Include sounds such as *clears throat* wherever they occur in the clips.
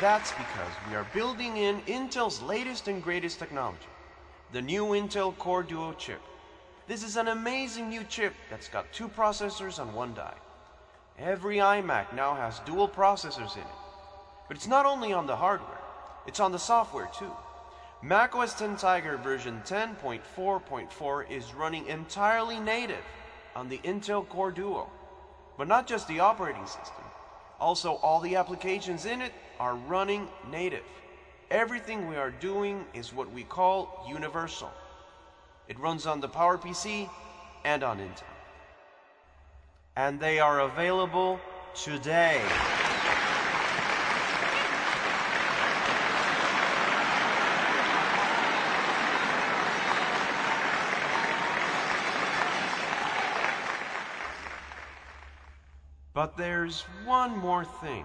that's because we are building in Intel's latest and greatest technology, the new Intel Core Duo chip. This is an amazing new chip that's got two processors on one die. Every iMac now has dual processors in it. But it's not only on the hardware, it's on the software too. macOS 10 Tiger version 10.4.4 is running entirely native on the Intel Core Duo. But not just the operating system, also all the applications in it are running native. Everything we are doing is what we call universal. It runs on the PowerPC and on Intel. And they are available today. But there's one more thing.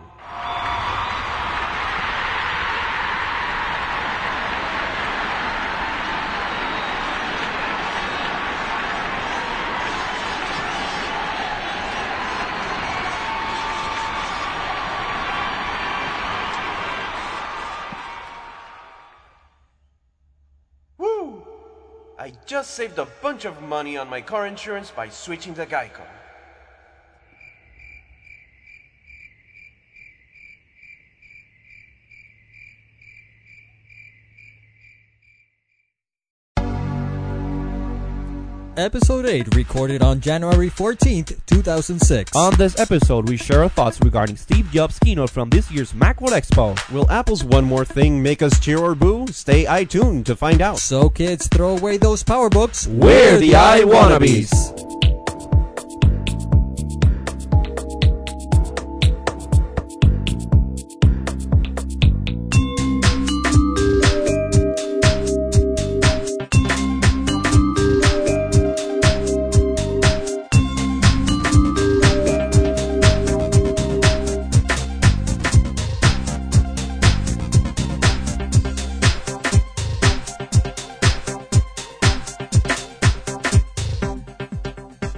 Woo! I just saved a bunch of money on my car insurance by switching to Geico. Episode 8 recorded on January 14th, 2006. On this episode, we share our thoughts regarding Steve Jobs' keynote from this year's Macworld Expo. Will Apple's One More Thing make us cheer or boo? Stay iTuned to find out. so kids, throw away those power books. We're the I Wannabes.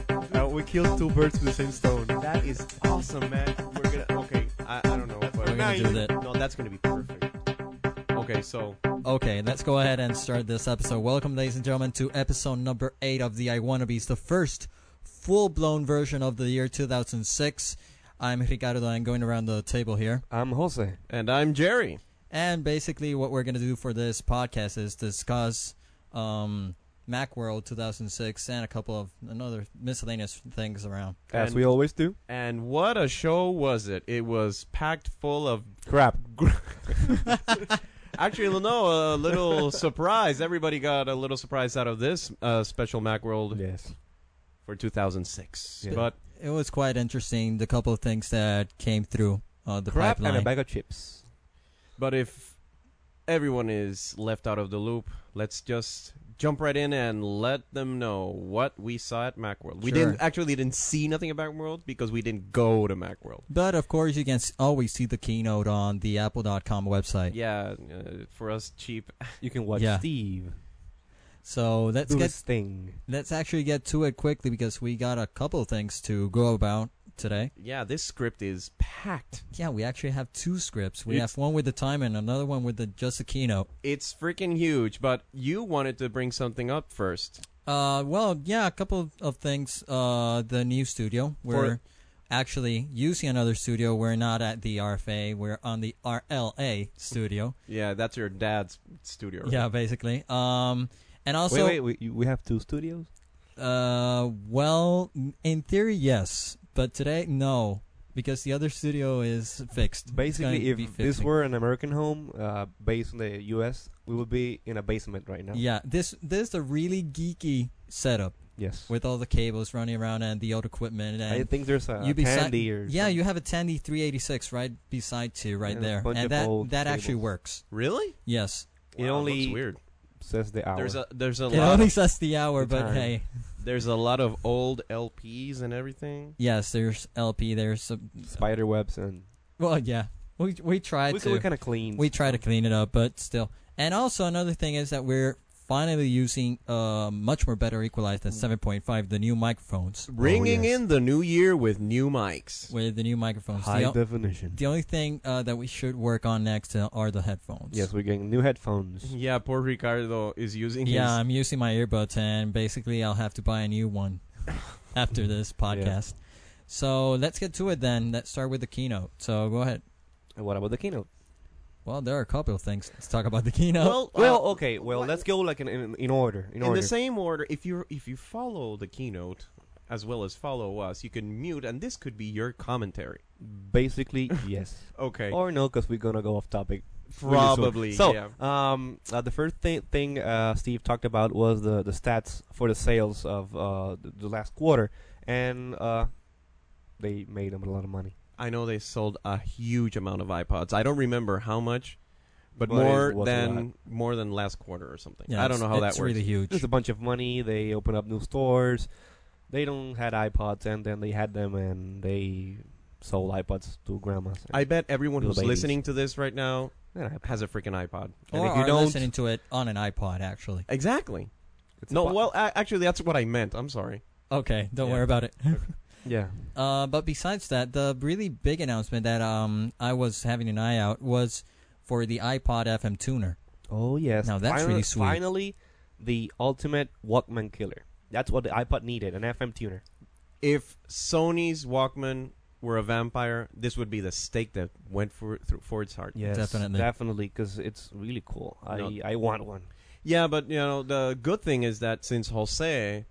Uh, we killed two birds with the same stone. That is awesome, man. We're gonna. Okay, I, I don't know. But We're gonna do that. No, that's gonna be perfect. Okay, so Okay, let's go ahead and start this episode. Welcome, ladies and gentlemen, to episode number 8 of the I Wannabes, the first full blown version of the year 2006. I'm Ricardo, I'm going around the table here. I'm Jose. and I'm Jerry. And basically, what we're going to do for this podcast is discuss um, Macworld 2006 and a couple of another miscellaneous things around. As And- we always do. And what a show was it? It was packed full of Crap. actually no, a *laughs* little surprise. Everybody got a little surprise out of this uh, special Macworld *laughs* Yes. for 2006. Yeah. But It was quite interesting. The couple of things that came through uh, the Crap pipeline. and a bag of chips. But if everyone is left out of the loop, let's just jump right in and let them know what we saw at Macworld. We Sure. didn't actually didn't see nothing at Macworld because we didn't go to Macworld. but of course, you can s- always see the keynote on the Apple.com website. Yeah, uh, for us cheap. You can watch Yeah. Steve So let's do get his thing. let's actually get to it quickly because we got a couple of things to go about today. Yeah, this script is packed. Yeah, we actually have two scripts. We It's- have one with the time and another one with the just the keynote. It's freaking huge. But you wanted to bring something up first. Uh, well, yeah, a couple of things. Uh, the new studio. We're actually using another studio. We're not at the RFA. We're on the RLA studio. Yeah, that's your dad's studio. right? Yeah, basically. Um, and also, wait, wait, we, we have two studios? uh, well, in theory, yes, but today, no, because the other studio is fixed. It's gonna Basically, be if this fixing. were an American home uh, based in the U.S., we would be in a basement right now. yeah, this this is a really geeky setup Yes. with all the cables running around and the old equipment I and. think there's a you besi- candy or yeah, something. you have a Tandy 386 right beside you, right And a there, bunch and of that old that actually cables. works. Really? Yes, It Wow, only- looks weird. says the hour. There's a there's a it lot only of, says the hour, but time. hey, there's a lot of old LPs and everything. yes, there's LP, there's some, spider webs and well, yeah, we we tried we, to we kind of clean. We try to clean it up, but still. And also another thing is that we're finally using uh, much more better equalizer Mm. than 7.5, the new Oh, microphones. Ringing yes. in the new year with new mics. With the new microphones. High The, o- definition. the only thing uh, that we should work on next uh, are the headphones. Yes, we're getting new headphones. Yeah, poor Ricardo is using Yeah, his. I'm using my earbuds, and basically, I'll have to buy a new one *laughs* after *laughs* this podcast. So let's get to it then. Let's start with the keynote. So go ahead. And what about the keynote? Well, there are a couple of things. Let's talk about the keynote. Well, okay. Well, uh, what- let's go like in in, in order. in In, order. the same order, if you if you follow the keynote as well as follow us, you can mute, and this could be your commentary. Basically, yes. Okay, Or no, because we're gonna go off topic. really soon. probably. So, yeah. um, uh, the first thi- thing uh, Steve talked about was the, the stats for the sales of uh, the, the last quarter, and uh, they made them a lot of money. I know they sold a huge amount of iPods. I don't remember how much, but But it more was a than more than last quarter or something. Yeah, I don't it's- know how that it's works. really huge. Just a bunch of money. They opened up new stores. They don't had iPods, and then they had them, and they sold iPods to grandmas. I bet everyone Little who's babies. listening to this right now And iPod. has a freaking iPod. Or and if are you don't, listening to it on an iPod, actually. exactly. It's a No, po- well, a- actually, that's what I meant. I'm sorry. Okay, don't Yeah. worry about it. yeah. *laughs* Uh, but besides that, the really big announcement that um I was having an eye out was for the iPod FM tuner. Oh yes. Now that's Final- really sweet. Finally, the ultimate Walkman killer. That's what the iPod needed—an FM tuner. If Sony's Walkman were a vampire, this would be the stake that went for through for its heart. Yes, Definitely. definitely, because it's really cool. I No. I want one. Yeah, but you know the good thing is that since Jose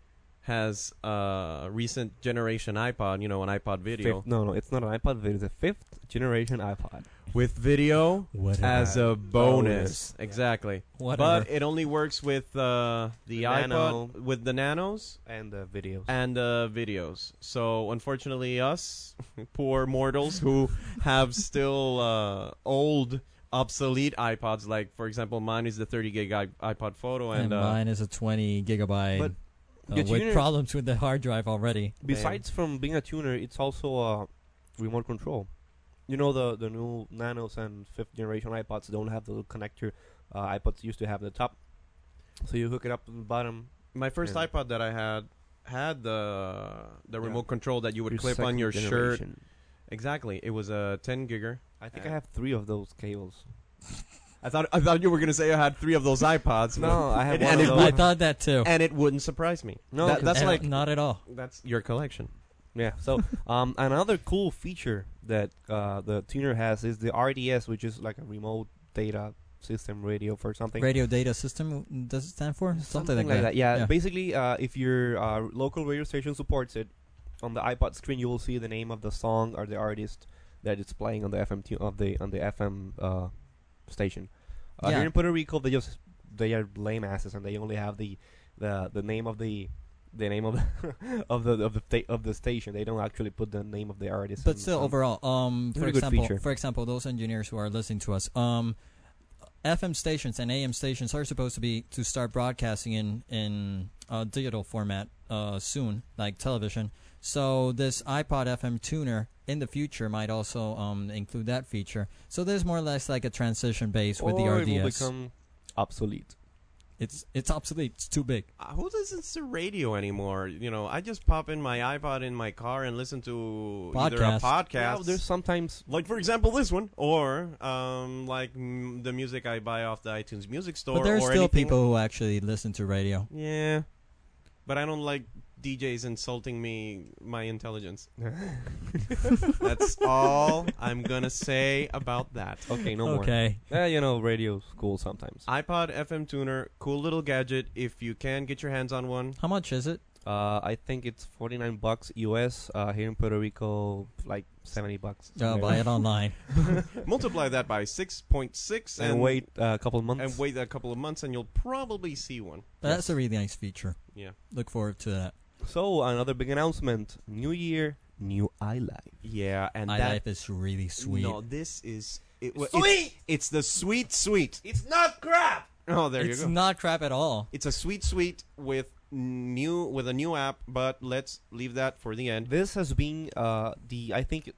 has a recent generation iPod, you know, an iPod video Fifth, no, no, it's not an iPod. It's a fifth generation iPod. with video Whatever. as a bonus. Bonus. Exactly. Whatever. But it only works with uh, the, The iPod nano. with the nanos And the videos. and uh, videos. So unfortunately, us *laughs* poor mortals who have still uh, old, obsolete iPods, like for example, mine is the 30 gig i- iPod Photo, and and, uh, mine is a 20 gigabyte But uh, the with tuner- problems with the hard drive already. Besides from being a tuner, it's also a remote control. You know the the new nanos and fifth generation iPods don't have the little connector uh, iPods used to have at the top. So you hook it up to the bottom. my first Yeah. iPod that I had had the the Yeah. remote control that you would your clip on second your shirt. generation. Exactly, it was a 10 gigger. I think I have three of those cables. I thought I thought you were gonna say I had three of those iPods. No, *laughs* I have And- one and of it those. I thought that too. and it wouldn't surprise me. No, That- that's And like not at all. that's your collection. Yeah. So um, another cool feature that uh, the tuner has is the RDS, which is like a remote data system radio for something. Radio data system does it stand for something, like, that? Yeah. Yeah. Basically, uh, if your uh, local radio station supports it, on the iPod screen you will see the name of the song or the artist that it's playing on the FM tu- of the on the FM uh, station. Uh, Yeah. Here in Puerto Rico, they just they are lame asses and they only have the the, the name of the the name of the *laughs* of the of the, sta- of the station. They don't actually put the name of the artist. But and- still, and- overall, um, It's a for really good example, feature. for example, those engineers who are listening to us, um, FM stations and AM stations are supposed to be to start broadcasting in in uh, digital format uh, soon, like television. So this iPod FM tuner in the future might also um, include that feature. So there's more or less like a transition base with the or it will RDS. become obsolete. it's it's obsolete. It's too big. Uh, who listens to radio anymore? You know, I just pop in my iPod in my car and listen to either a Podcasts. Yeah, podcast, there's sometimes *laughs* like for example this one, or um, like m- the music I buy off the iTunes Music Store. but there are or still anything. people who actually listen to radio. Yeah, but I don't like DJs insulting me my intelligence. *laughs* That's all I'm gonna say about that. okay, no more. Okay. Yeah, you know, radio's cool sometimes. iPod FM tuner, cool little gadget. If you can get your hands on one, How much is it? Uh, I think it's 49 bucks US. Uh, here in Puerto Rico, like 70 bucks. Uh, buy it online. multiply that by six point six *laughs* And wait uh, a couple months. and wait a couple of months and you'll probably see one. But that's a really nice feature. Yeah. Look forward to that. So, another big announcement. New year, new iLife. Yeah, and My that life is really sweet. No, this is it, Sweet! It's, it's the sweet sweet. It's not crap. Oh, there it's you go. not crap at all. it's a sweet sweet with new with a new app, but let's leave that for the end. This has been uh, the, I think,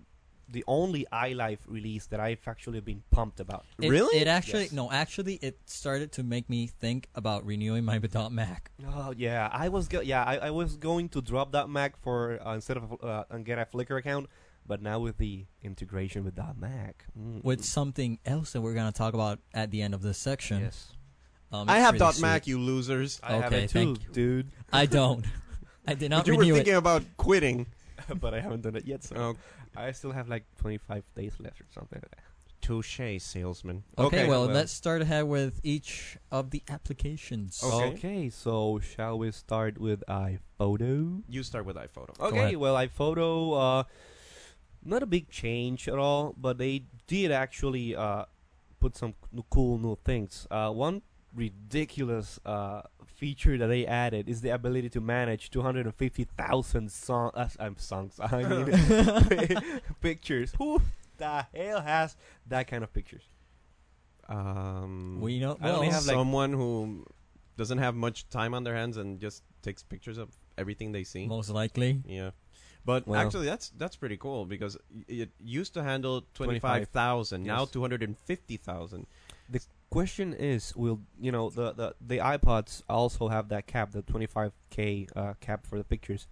the only iLife release that I've actually been pumped about. It, Really? It actually Yes. no, actually it started to make me think about renewing my *laughs* dot Mac. Oh yeah, I was go- yeah I, I was going to drop that Mac for uh, instead of uh, and get a Flickr account, but now with the integration with that Mac, mm, with something else that we're gonna talk about at the end of this section. yes, Um, I it's have really dot sweet. Mac, you losers. I have Okay, it too, thank you. dude. I don't. I *laughs* did not But you were renew thinking it. about quitting. *laughs* but I haven't done it yet, so Oh, I still have like 25 days left or something. touche, salesman. Okay, okay, well, well. let's start ahead with each of the applications. Oh. Okay. so shall we start with iPhoto? You start with iPhoto. ahead. Okay, well, iPhoto, uh, not a big change at all, but they did actually uh, put some c- cool new things. Uh, one ridiculous uh, feature that they added is the ability to manage 250,000 song- uh, um, songs, *laughs* I mean, pictures. Who the hell has that kind of pictures? Um, We know. I well, only have so- someone who doesn't have much time on their hands and just takes pictures of everything they see. most likely. Yeah, but Well- actually, that's that's pretty cool because y- it used to handle twenty 25. five thousand, now Yes. two hundred and fifty thousand. Question is, will you know the, the the iPods also have that cap, the 25k uh, cap for the pictures?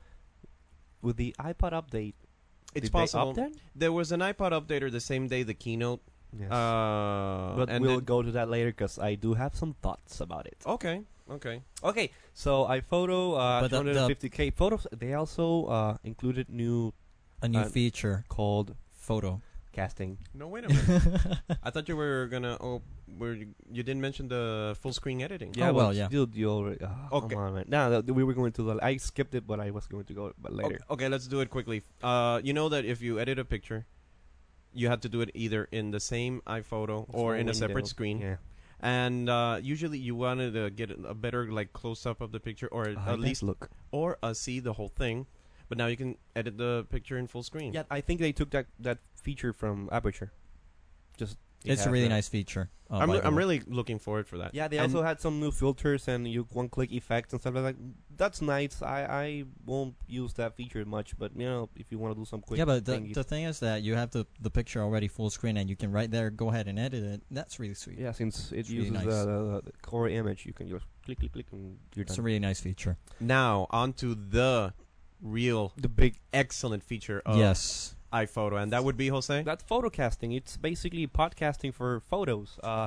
With the iPod update, It's did possible. They up that? There was an iPod updater the same day the keynote. Yes. Uh, but and we'll it- go to that later because I do have some thoughts about it. okay, okay. Okay, so iPhoto uh, But the- the- 250k photos. They also uh, included new A new Uh, feature, called photo. casting. No, wait a minute. *laughs* I thought you were gonna. Oh, were you, you didn't mention the full screen editing. Yeah, Oh, well, yeah. Dude, you already. Uh, Okay. Come on, man. No, no, we were going to the. I skipped it, but I was going to go but later. Okay, okay, let's do it quickly. Uh, you know that if you edit a picture, you have to do it either in the same iPhoto or in a separate Windows. screen. Yeah. And uh, usually you wanted to get a better like close up of the picture or Uh, at least let's look. or uh, see the whole thing. But now you can edit the picture in full screen. Yeah, I think they took that that feature from Aperture. Just they It's a have really the- nice feature. Oh, I'm by the I'm way. really looking forward for that. Yeah, they And- also had some new filters and you one click effects and stuff like that. That's nice. I, I won't use that feature much, but you know if you want to do some quick yeah, but the, thingies. the thing is that you have the, the picture already full screen, and you can right there go ahead and edit it. That's really sweet. yeah, since it It's really uses nice. the, the, the core image, you can just click click click and you're It's a done. really nice feature. Now onto the real The big excellent feature of yes. iPhoto, and that would be Jose. that's photocasting. It's basically podcasting for photos. Uh,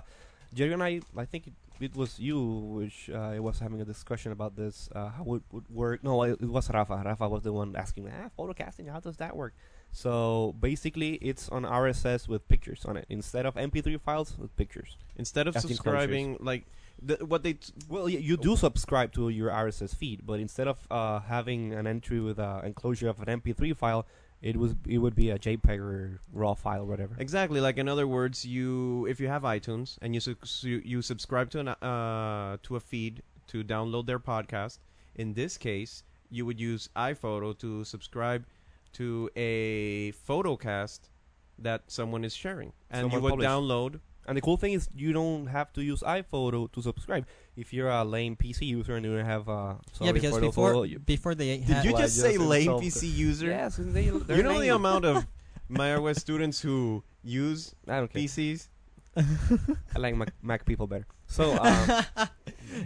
Jerry and I, I think it, it was you which uh, I was having a discussion about this. Uh, how it would work? No, it it was Rafa. Rafa was the one asking, ah, photocasting. How does that work? So basically, it's on RSS with pictures on it instead of MP3 files with pictures. Instead of Casting subscribing, like the, what they t- Well, yeah, you do subscribe to your RSS feed, but instead of uh, having an entry with an enclosure of an MP3 file, it was it would be a JPEG or RAW file, whatever. Exactly. Like in other words, you if you have iTunes and you su- su- you subscribe to an uh, to a feed to download their podcast. In this case, you would use iPhoto to subscribe to a photocast that someone is sharing, and Someone you would published. download. And the cool thing is, you don't have to use iPhoto to subscribe. If you're a lame PC user and you don't have uh, sorry yeah, because for the before photo, before they Did had you Well, I just say just lame insulted. PC user? yes, they, You know the amount of *laughs* Maiorware students who use I don't care. PCs. I like Mac, Mac people better. So um,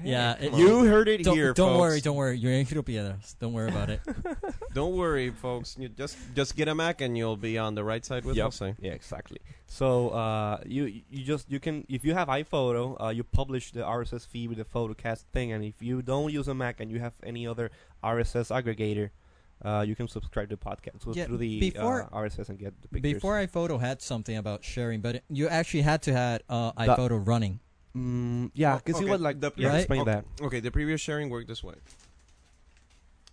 Yeah, it- You heard it don't, here. don't folks. worry, don't worry. You're in Grupiedras. Don't worry about it. *laughs* Don't worry, folks. You just just get a Mac and you'll be on the right side with Yep. Jose. yeah, exactly. So uh, you you just you can if you have iPhoto, uh, you publish the RSS feed with the photocast thing, and if you don't use a Mac and you have any other RSS aggregator. Uh, you can subscribe to podcasts Yeah, through the before- uh, RSS and get the pictures. Before iPhoto had something about sharing, but it, you actually had to had uh, That- iPhoto running. mm, yeah, because Okay, you would like the- yeah, right? explain okay, that. Okay, the previous sharing worked this way.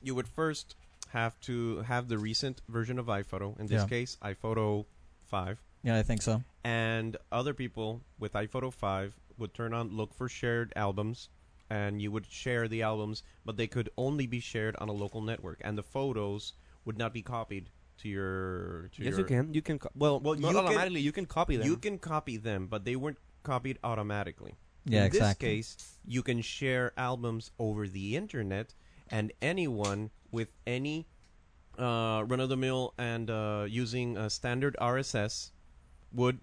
You would first have to have the recent version of iPhoto, in this Yeah. case iPhoto 5, Yeah, I think so. and other people with iPhoto 5 would turn on look for shared albums and you would share the albums, but they could only be shared on a local network and the photos would not be copied to your to Yes, your you can. You can. Co- well, Well, well, you can- automatically you can copy them. You can copy them, but they weren't copied automatically. Yeah, In exactly. this case, you can share albums over the internet, and anyone with any uh, run of the mill and uh, using uh, standard RSS would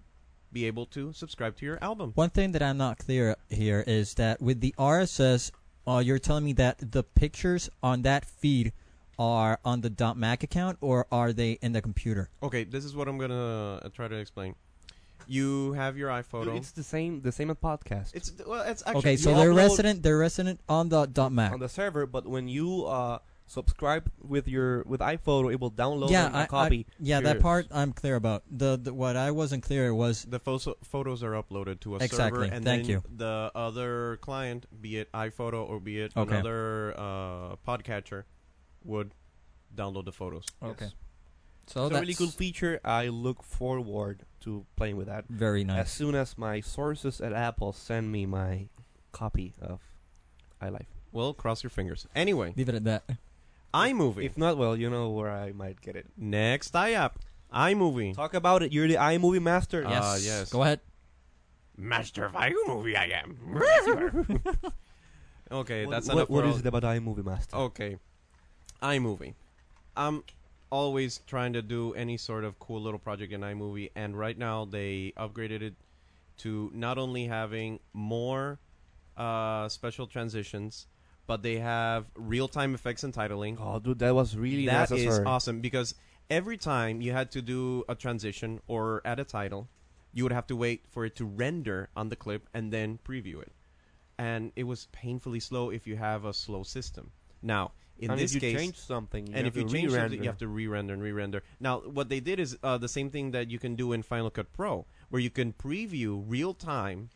be able to subscribe to your album. One thing that I'm not clear here is that with the RSS, uh, you're telling me that the pictures on that feed are on the .mac account or are they in the computer? Okay, this is what I'm gonna uh, try to explain. You have your iPhoto. It's the same, the same as podcast. It's well, it's actually okay, you so they're upload- resident. They're resident on the .mac. on the server, but when you uh, subscribe with your with iPhoto, it will download yeah, them a I, copy. I- yeah, Yours. that part I'm clear about. The, the what I wasn't clear was The photo- photos are uploaded to a server, Exactly, and thank then you. the other client, be it iPhoto or be it Okay. another uh, podcatcher, would download the photos. okay. Yes. So it's that's a really cool feature. I look forward to playing with that. very As nice. soon as my sources at Apple send me my copy of iLife. Well, cross your fingers. Anyway, Leave it at that. iMovie. If not, well, you know where I might get it. Next iApp, iMovie. Talk about it. You're the iMovie master. Uh, Yes. yes. Go ahead. Master of iMovie, I *laughs* am. okay, What- that's what- enough. what for Oh. is all- it about iMovie master? Okay. iMovie. I'm always trying to do any sort of cool little project in iMovie, and right now they upgraded it to not only having more uh, special transitions, but they have real time effects and titling. Oh, dude, that was really That is necessary. awesome because every time you had to do a transition or add a title, you would have to wait for it to render on the clip and then preview it. And it was painfully slow if you have a slow system. Now, in and this if you case, change something, you and if have you to change something, re-render. you have to re-render and re-render. Now, what they did is uh, the same thing that you can do in Final Cut Pro, where you can preview real time.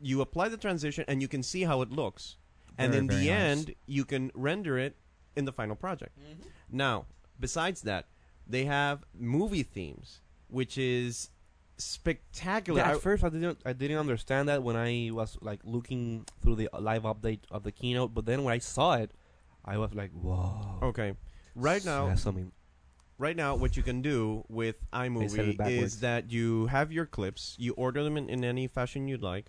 You apply the transition, and you can see how it looks. And Very, in the very nice. end, you can render it in the final project. Mm-hmm. Now, besides that, they have movie themes, which is spectacular. Yeah, I- at first I didn't I didn't understand that when I was like looking through the live update of the keynote, but then when I saw it, I was like, "Whoa!" okay, right now, Sesame. right now what you can do with said it iMovie backwards. is that you have your clips, you order them in, in any fashion you'd like,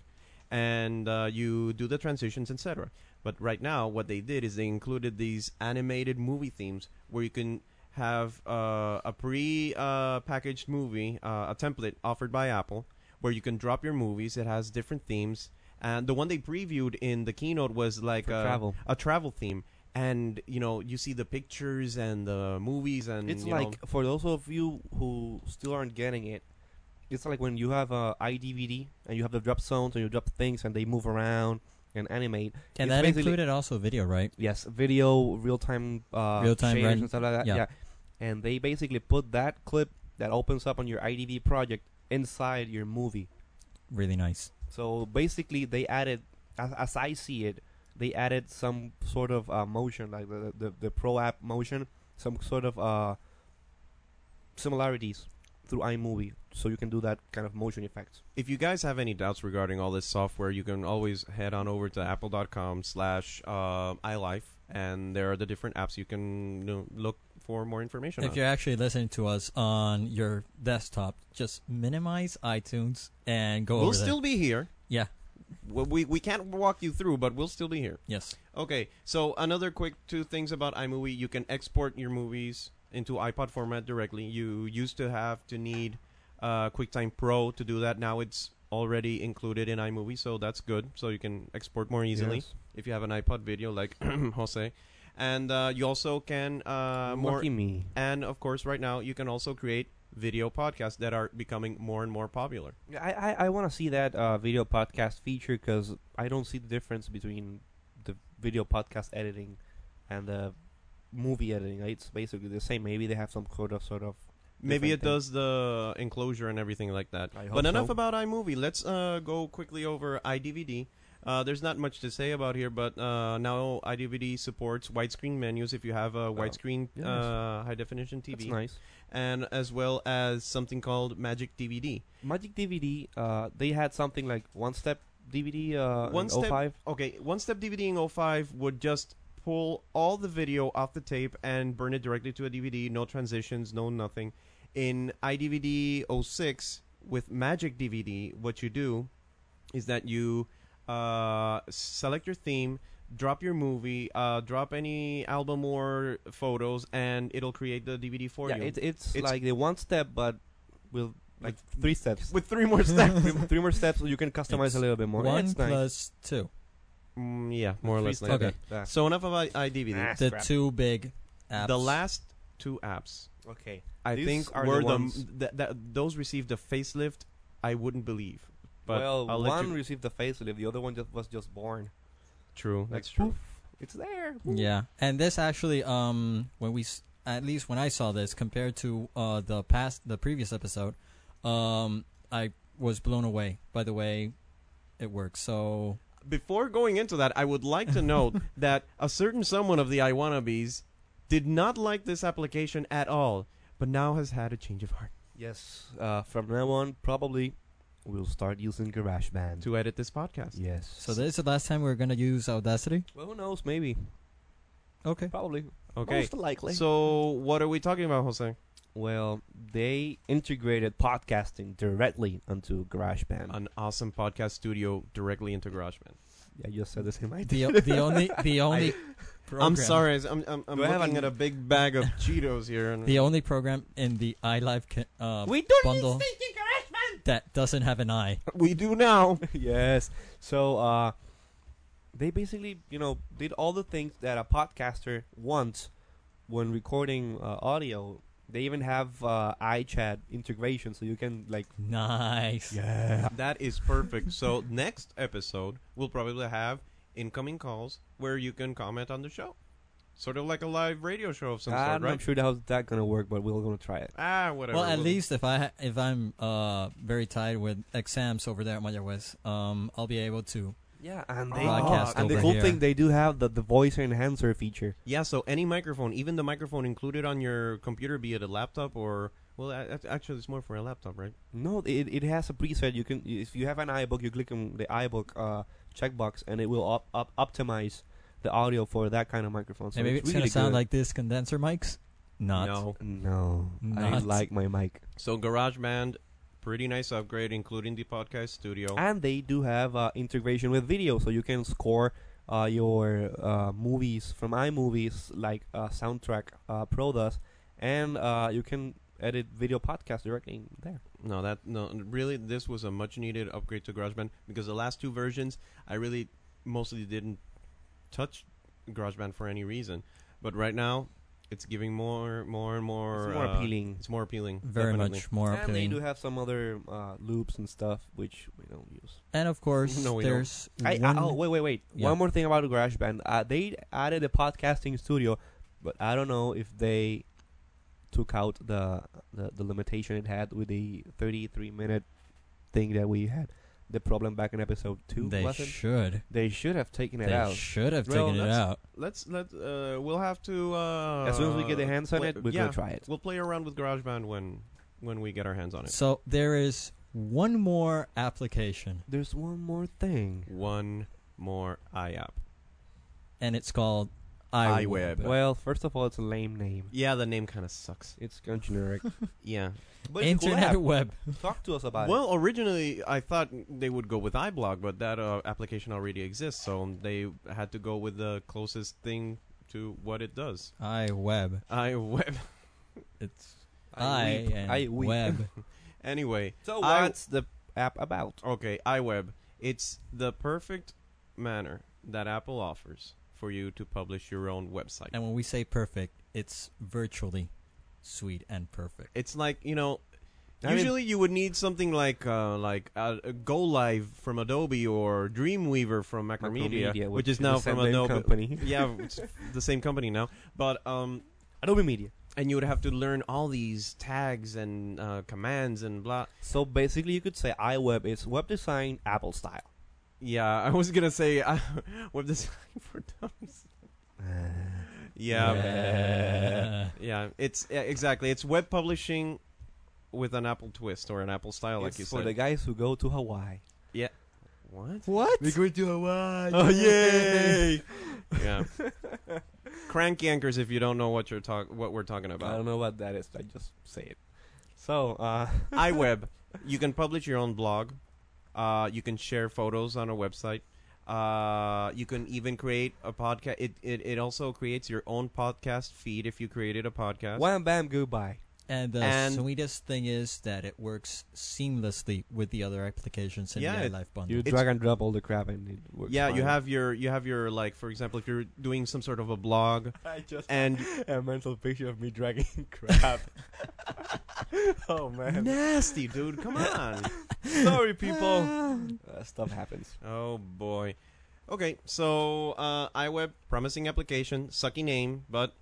and uh, you do the transitions, etc. But right now, what they did is they included these animated movie themes where you can have uh, a pre-packaged movie, uh, a template offered by Apple, where you can drop your movies. It has different themes, and the one they previewed in the keynote was like For a travel. a travel theme. And you know, you see the pictures and the movies, and It's you know- like for those of you who still aren't getting it, it's like when you have a iDVD and you have the drop zones and you drop things and they move around and animate. And It's that basically- included also video, right? Yes, video, real time, uh, Real-time shaders rend- and stuff like that. yeah. Yeah. and they basically put that clip that opens up on your IDV project inside your movie. Really nice. So basically, they added, as, as I see it, they added some sort of uh, motion, like the, the the pro app motion, some sort of uh, similarities through iMovie, so you can do that kind of motion effects. if you guys have any doubts regarding all this software, you can always head on over to apple.com slash uh, iLife, and there are the different apps you can you know, look for more information If on. you're actually listening to us on your desktop, just minimize iTunes and go We'll over there. still be here. Yeah. We, we, we can't walk you through, but we'll still be here. Yes. Okay, so another quick two things about iMovie. You can export your movies into iPod format directly. You used to have to need uh, QuickTime Pro to do that. Now it's already included in iMovie, so that's good. So you can export more easily. Yes. if you have an iPod video like *clears throat* Jose. And uh, you also can uh, more Lucky me. and of course right now you can also create video podcasts that are becoming more and more popular. Yeah, I I, I want to see that uh, video podcast feature because I don't see the difference between the video podcast editing and the movie editing. It's basically the same. Maybe they have some sort of sort of. Maybe it Different thing. does the enclosure and everything like that. I hope But enough so. about iMovie. Let's uh, go quickly over iDVD. Uh, there's not much to say about here, but uh, now iDVD supports widescreen menus if you have a widescreen yes. uh, high definition TV, That's nice. and as well as something called Magic DVD. Magic DVD, uh, they had something like one step DVD uh, One in step- 05. Okay, one step DVD in 05 would just pull all the video off the tape and burn it directly to a DVD, no transitions, no nothing. In iDVD 06 with Magic DVD, what you do is that you uh, select your theme, drop your movie, uh, drop any album or photos, and it'll create the DVD for yeah, you. it, it's, It's- like the one step, but with like three steps. *laughs* *laughs* with three more steps. three, three more steps, you can customize It's a little bit more. One it's nice. plus two. Mm, yeah, more or less. Like steps. that. Okay. Yeah. So enough about iDVD. The Scrap. two big apps. The last two apps, Okay. I These think, are were the the, m- ones- th- that those received a facelift. I wouldn't believe. But well, I'll let one you- received the facelift, the other one just was just born. True. Like, That's true. poof, it's there. poof. Yeah, and this actually, um, when we s- at least when I saw this compared to uh the past the previous episode, um, I was blown away by the way it works. So Before going into that, I would like to *laughs* note that a certain someone of the I Wannabes did not like this application at all, but now has had a change of heart Yes. Uh, from now on, probably we'll start using GarageBand. to edit this podcast. Yes. so this is the last time we're gonna use Audacity. Well, who knows? Maybe. Okay. Probably. Okay. Most likely. So what are we talking about, Jose? well, they integrated podcasting directly onto GarageBand. An awesome podcast studio directly into GarageBand. yeah, you just said the same The idea. *laughs* o- the *laughs* only the only program, I'm sorry, I'm I'm, I'm Do I have looking at an- a big bag *laughs* of Cheetos here. And the only program in the iLife ca- uh, we don't bundle speak in GarageBand. that doesn't have an i. We do now. yes. So uh, they basically, you know, did all the things that a podcaster wants when recording uh, audio. They even have uh, iChat integration, so you can like. Nice. Yeah. That is perfect. So next episode we'll probably have incoming calls where you can comment on the show, sort of like a live radio show of some I'm Ah, sort, right? not sure how's that gonna work, but we're gonna try it. Ah, whatever. Well, at least if I ha- if I'm uh very tired with exams over there at Maya West, um, I'll be able to Yeah, and Oh, they- they Broadcast and the over cool here. thing they do have the the voice enhancer feature. yeah. So any microphone, even the microphone included on your computer, be it a laptop or well, a- a- actually it's more for a laptop, right? No, it, it has a preset. You can if you have an iBook, you click on the iBook uh, checkbox, and it will up, up optimize the audio for that kind of microphone. So and maybe it's, it's, gonna really sound good. like this condenser mics. Not. No. no, I Not. like my mic. So GarageBand, pretty nice upgrade, including the podcast studio. And they do have uh, integration with video, so you can score uh, your uh, movies from iMovies like uh, Soundtrack uh, Pro does, and uh, you can edit video podcasts directly there. No, that no. Really, this was a much needed upgrade to GarageBand because the last two versions, I really mostly didn't touch GarageBand for any reason. But right now, it's giving more, more and more. it's more uh, appealing. It's more appealing. Very definitely. much more And they do appealing. have some other uh, loops and stuff which we don't use. And of course, No, we don't. there's I, one. I, oh wait, wait, wait! Yeah. One more thing about GarageBand. Uh, they added a podcasting studio, but I don't know if they took out the the, the limitation it had with the 33 minute thing that we had. The problem back in episode two. they was it? should. they should have taken it They out. should have Well, taken it that's- out. Let's let. Uh, we'll have to. Uh, as soon as we get the hands on wait, it, we're yeah, gonna try it. we'll play around with GarageBand when when we get our hands on it. So there is one more application, There's one more thing. One more iApp. and it's called iWeb. iWeb. Well, first of all, it's a lame name. Yeah, the name kind of sucks. It's kind of generic. Yeah. *laughs* but it's a cool Internet app. web. Talk to us about it. Well, originally I thought they would go with iBlog, but that uh, application already exists, so they had to go with the closest thing to what it does. *laughs* iWeb. iWeb. It's I I, weep. and I weep. web. anyway, So I- what's the app about? okay, iWeb. It's the perfect manner that Apple offers for you to publish your own website. And when we say perfect, it's virtually sweet and perfect. *laughs* it's like you know. I mean- usually, you would need something like uh, like uh, Go Live from Adobe or Dreamweaver from Macromedia, Macromedia, which is now the from same Adobe. company. *laughs* yeah, it's the same company now. But um, Adobe Media. and you would have to learn all these tags and uh, commands and blah. So basically, you could say iWeb is web design Apple style. Yeah, I was gonna say *laughs* uh, web design for dummies. *laughs* Yeah, Yeah. yeah, it's yeah, exactly. It's web publishing with an Apple twist or an Apple style, like It's you for said. the guys who go to Hawaii. what? What? We're going to Hawaii. Oh *laughs* yay! yeah, crank yankers. If you don't know what you're talk, what we're talking I don't about, know what that is. I just say it. So, uh, *laughs* iWeb. You can publish your own blog. Uh, you can share photos on a website. Uh, you can even create a podcast. It, it it also creates your own podcast feed if you created a podcast. Wham bam goodbye. And the And- sweetest thing is that it works seamlessly with the other applications in Yeah, the it- iLife bundle. You drag and drop all the crap and it works. Yeah, you fine. have your you have your like for example if you're doing some sort of a blog *laughs* I just and *laughs* a mental picture of me dragging *laughs* crap. oh man. nasty dude, come on. Sorry, people. uh, stuff happens. Oh boy. Okay, so uh, iWeb promising application, sucky name, but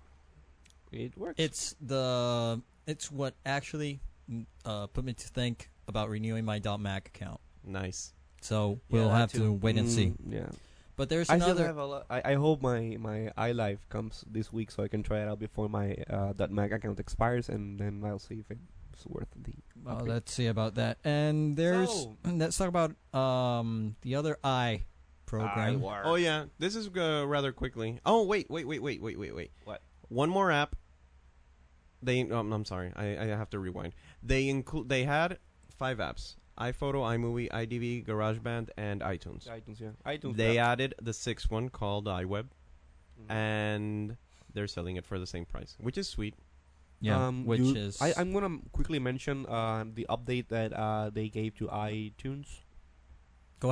It works. It's the it's what actually mm, uh, put me to think about renewing my .mac account. nice. So Yeah, we'll that have to too. wait and see. Mm, yeah. But there's I still another. have a lot. I, I hope my my iLife comes this week so I can try it out before my uh, .Mac account expires, and then I'll see if it's worth the. Well, upgrade. oh, let's see about that. And there's So- let's talk about um the other i program. Oh yeah, this is uh, rather quickly. Oh wait, wait, wait, wait, wait, wait, wait. What? One more app. They um, I'm sorry, I, I have to rewind. They include they had five apps: iPhoto, iMovie, iDV, GarageBand, and iTunes. iTunes, yeah, iTunes. They yeah. Mm. added the sixth one called iWeb, Mm-hmm. uh, and they're selling it for the same price, which is sweet. Yeah, Um, which you- is I, I'm gonna quickly mention uh, the update that uh, they gave to iTunes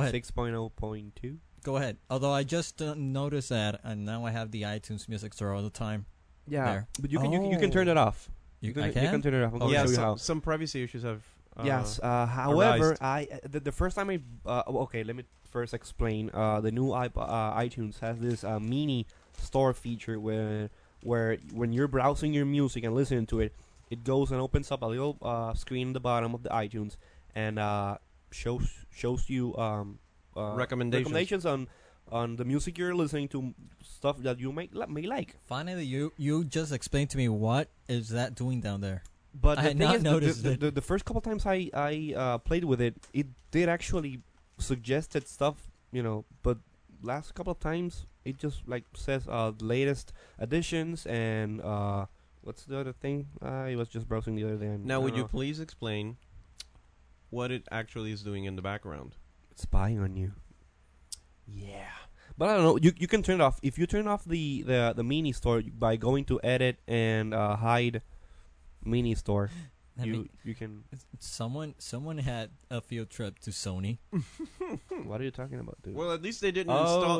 go ahead, 6.0.2. go ahead. Although I just uh, noticed that, and now I have the iTunes Music Store all the time. Yeah, Oh. There. but you can you, can- you can turn it off. You, can, I you can can. turn it off. I'm Oh, gonna yeah, show you so- how. some privacy issues have. Uh, yes. Uh, however, I uh, the, the first time I uh, oh, okay, let me first explain. Uh, the new iP- uh, iTunes has this uh, mini store feature where where when you're browsing your music and listening to it, it goes and opens up a little uh, screen at the bottom of the iTunes and uh, shows shows you um, uh, Recommendations. recommendations on on the music you're listening to, stuff that you may li- may like. Finally, you you just explained to me what is that doing down there? But I the had thing not is, the- noticed the, the, it. the, the first couple times I I uh, played with it, it did actually suggested stuff, you know. But last couple of times, it just like says uh, the latest additions and uh, what's the other thing? I was just browsing the other day. And Now, I would you don't know. please explain what it actually is doing in the background? spying on you? Yeah. But I don't know. You you can turn it off if you turn off the the the mini store by going to edit and uh, hide mini store. Let you me- you can. someone someone had a field trip to Sony. hmm, What are you talking about, dude? Well, at least they didn't oh. install.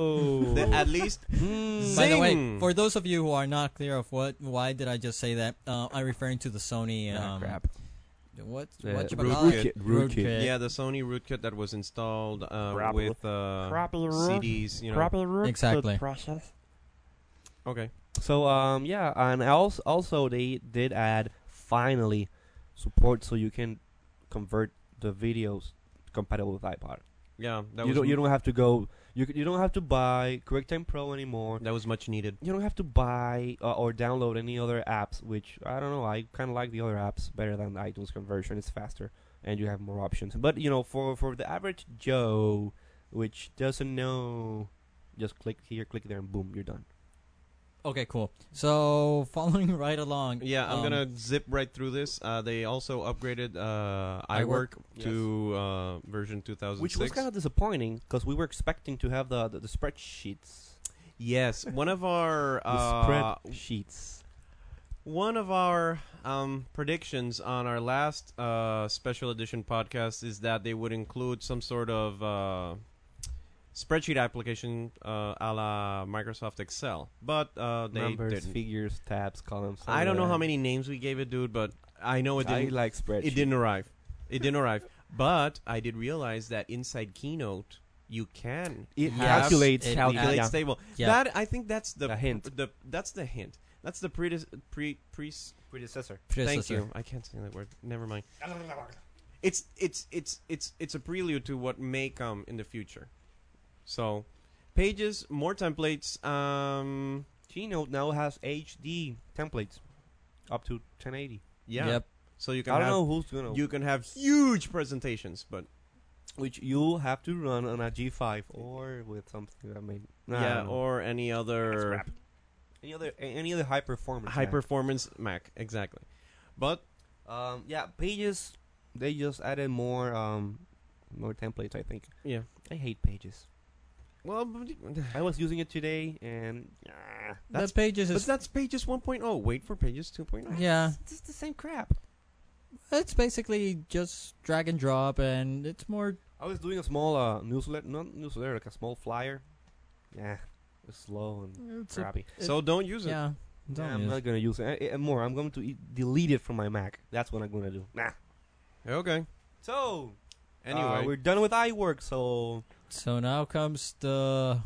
They, at least Mm. By the way, Zing! for those of you who are not clear of what why did I just say that, uh, I'm referring to the Sony. Ah, Um, crap. What Yeah, what you rootkit. call it? Rootkit. Rootkit. Rootkit. yeah, the Sony rootkit that was installed uh, Proper- with uh, CDs. You know. Exactly. Okay. So um yeah, and also also they did add finally support so you can convert the videos compatible with iPod. Yeah, that you was don't you don't have to go you c- you don't have to buy QuickTime Pro anymore. that was much needed. You don't have to buy uh, or download any other apps, which I don't know. I kind of like the other apps better than the iTunes conversion. It's faster and you have more options. But you know, for for the average Joe, which doesn't know, just click here, click there, and boom, you're done. Okay, cool. So *laughs* following right along. Yeah, I'm um, gonna zip right through this. Uh, they also upgraded uh, iWork iWork, to uh, version 2006. which was kind of disappointing because we were expecting to have the the, the spreadsheets. yes, one of our The uh, spreadsheets. one of our um, predictions on our last uh, special edition podcast is that they would include some sort of uh, spreadsheet application uh, a la Microsoft Excel, but uh, they Numbers, didn't. figures, tabs, columns. I don't know how something many names we gave it, dude, but I know like it that. I didn't. like spreadsheets. It didn't arrive. It didn't arrive. But I did realize that inside Keynote you can It have- calculates it how calculate Ah, yeah. stable. Yeah. That I think that's the, The hint. The that's the hint. That's the pre pre pre. predecessor. Thank predecessor. you. I can't say that word. Never mind. It's it's it's it's it's a prelude to what may come in the future. So, pages, more templates. Um, Keynote now has HD templates up to 1080. yeah. Yep. So you I can don't have, know who's gonna you can have huge presentations, but which you have to run on a G5 or with something I mean. Nah, I yeah, don't know. or any other any other a- any other high performance. high Mac. performance Mac exactly. But Um, yeah, pages. They just added more um, more templates. I think. yeah, I hate pages. Well, *laughs* but- I was using it today, and ah, That That's- page is but just, that's pages 1.0. Wait for pages oh. 2.0. yeah. it's just the same crap. It's basically just drag and drop, and it's more. I was doing a small uh, newsletter, not newsletter, like a small flyer. Yeah, it's slow and It's a, crappy. So don't use it. yeah. Yeah, Don't I'm use- not gonna use it I, I- more. I'm going to e- delete it from my Mac. That's what I'm gonna do. Nah. Okay. So Anyway, uh, we're done with iWork. So So now comes the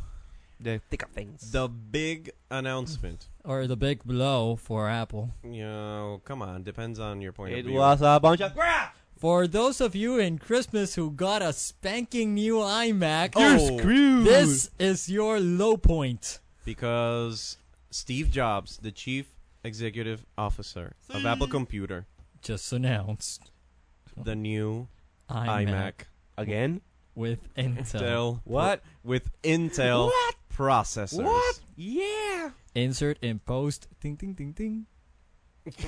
the thick of things. the big announcement. or the big blow for Apple. Yo, come on. Depends on your point of it view. was a bunch of crap. For those of you in Christmas who got a spanking new iMac, Oh, screwed. this is your low point. because Steve Jobs, the chief executive officer of Apple Computer, Just announced the new iMac, iMac, again. with Intel. Intel What? with Intel What? processors. What? Yeah. Insert in post. Ding ding ding ding.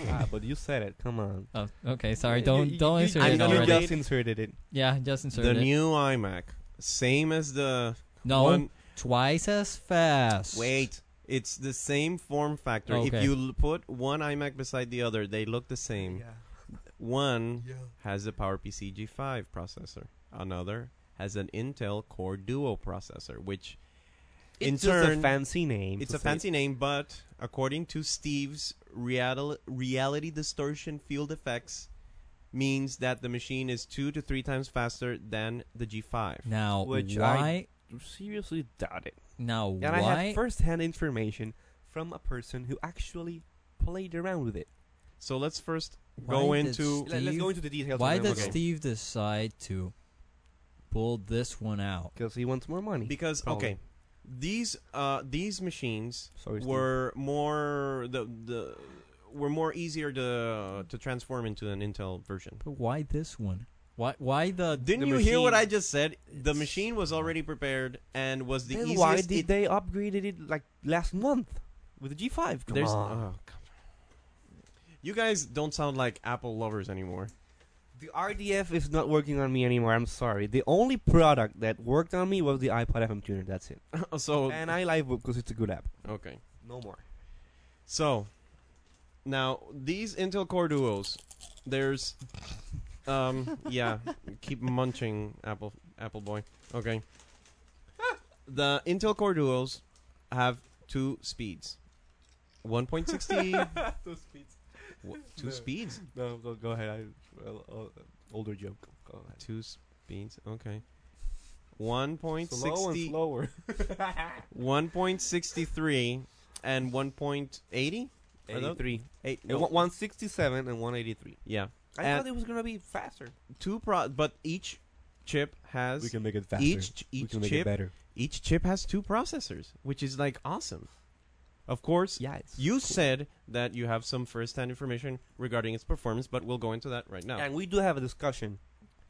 ah, but you said it. Come on. Oh, okay. Sorry. You- Don't you- don't you- insert I'm it gonna You already. get- just inserted it. yeah, just insert The it. new iMac, same as the no, one twice as fast. Wait, it's the same form factor. Okay. If you l- put one iMac beside the other, they look the same. One has a PowerPC G5 processor. Another has an Intel Core Duo processor, which in It's just turn a fancy name. it's to a say it. fancy name, but according to Steve's real- reality distortion field effects means that the machine is 2 to 3 times faster than the G5. Now Which I- why? Seriously, doubt it. now And why? I have first-hand information from a person who actually played around with it. So let's first Why go did into Steve- Let, us go into the details. why of did Okay. Steve decide to pull this one out? Because he wants more money. because Probably. okay, these uh these machines Sorry, Steve. were more the the were more easier to to transform into an Intel version. But why this one? Why why the Didn't you The hear what machine- I just said? The It's- machine was already prepared and was the Then easiest. why did it- they upgraded it like last month with the G5? Come There's on. oh, come on. You guys don't sound like Apple lovers anymore. the RDF is not working on me anymore. I'm sorry. The only product that worked on me was the iPod FM tuner. That's it. *laughs* so And I like because it's a good app. okay. No more. So now these Intel Core Duos, there's um yeah, keep munching Apple Apple boy. Okay. The Intel Core Duos have two speeds. 1.60 *laughs* Those speeds. Wha- two No. speeds. No, go, go ahead. I, well, uh, older joke. Go ahead. Two speeds. Okay. 1.60 slower. *laughs* 1.63 and 1.80 Are those- 83. Eight- Uh, no. one- 167 and 183. yeah I And- thought it was going to be faster. two pro but each chip has make it each ch- each chip better. each chip has two processors which is like awesome of course Yeah, it's you said that you have some first hand information regarding its performance but we'll go into that right now And we do have a discussion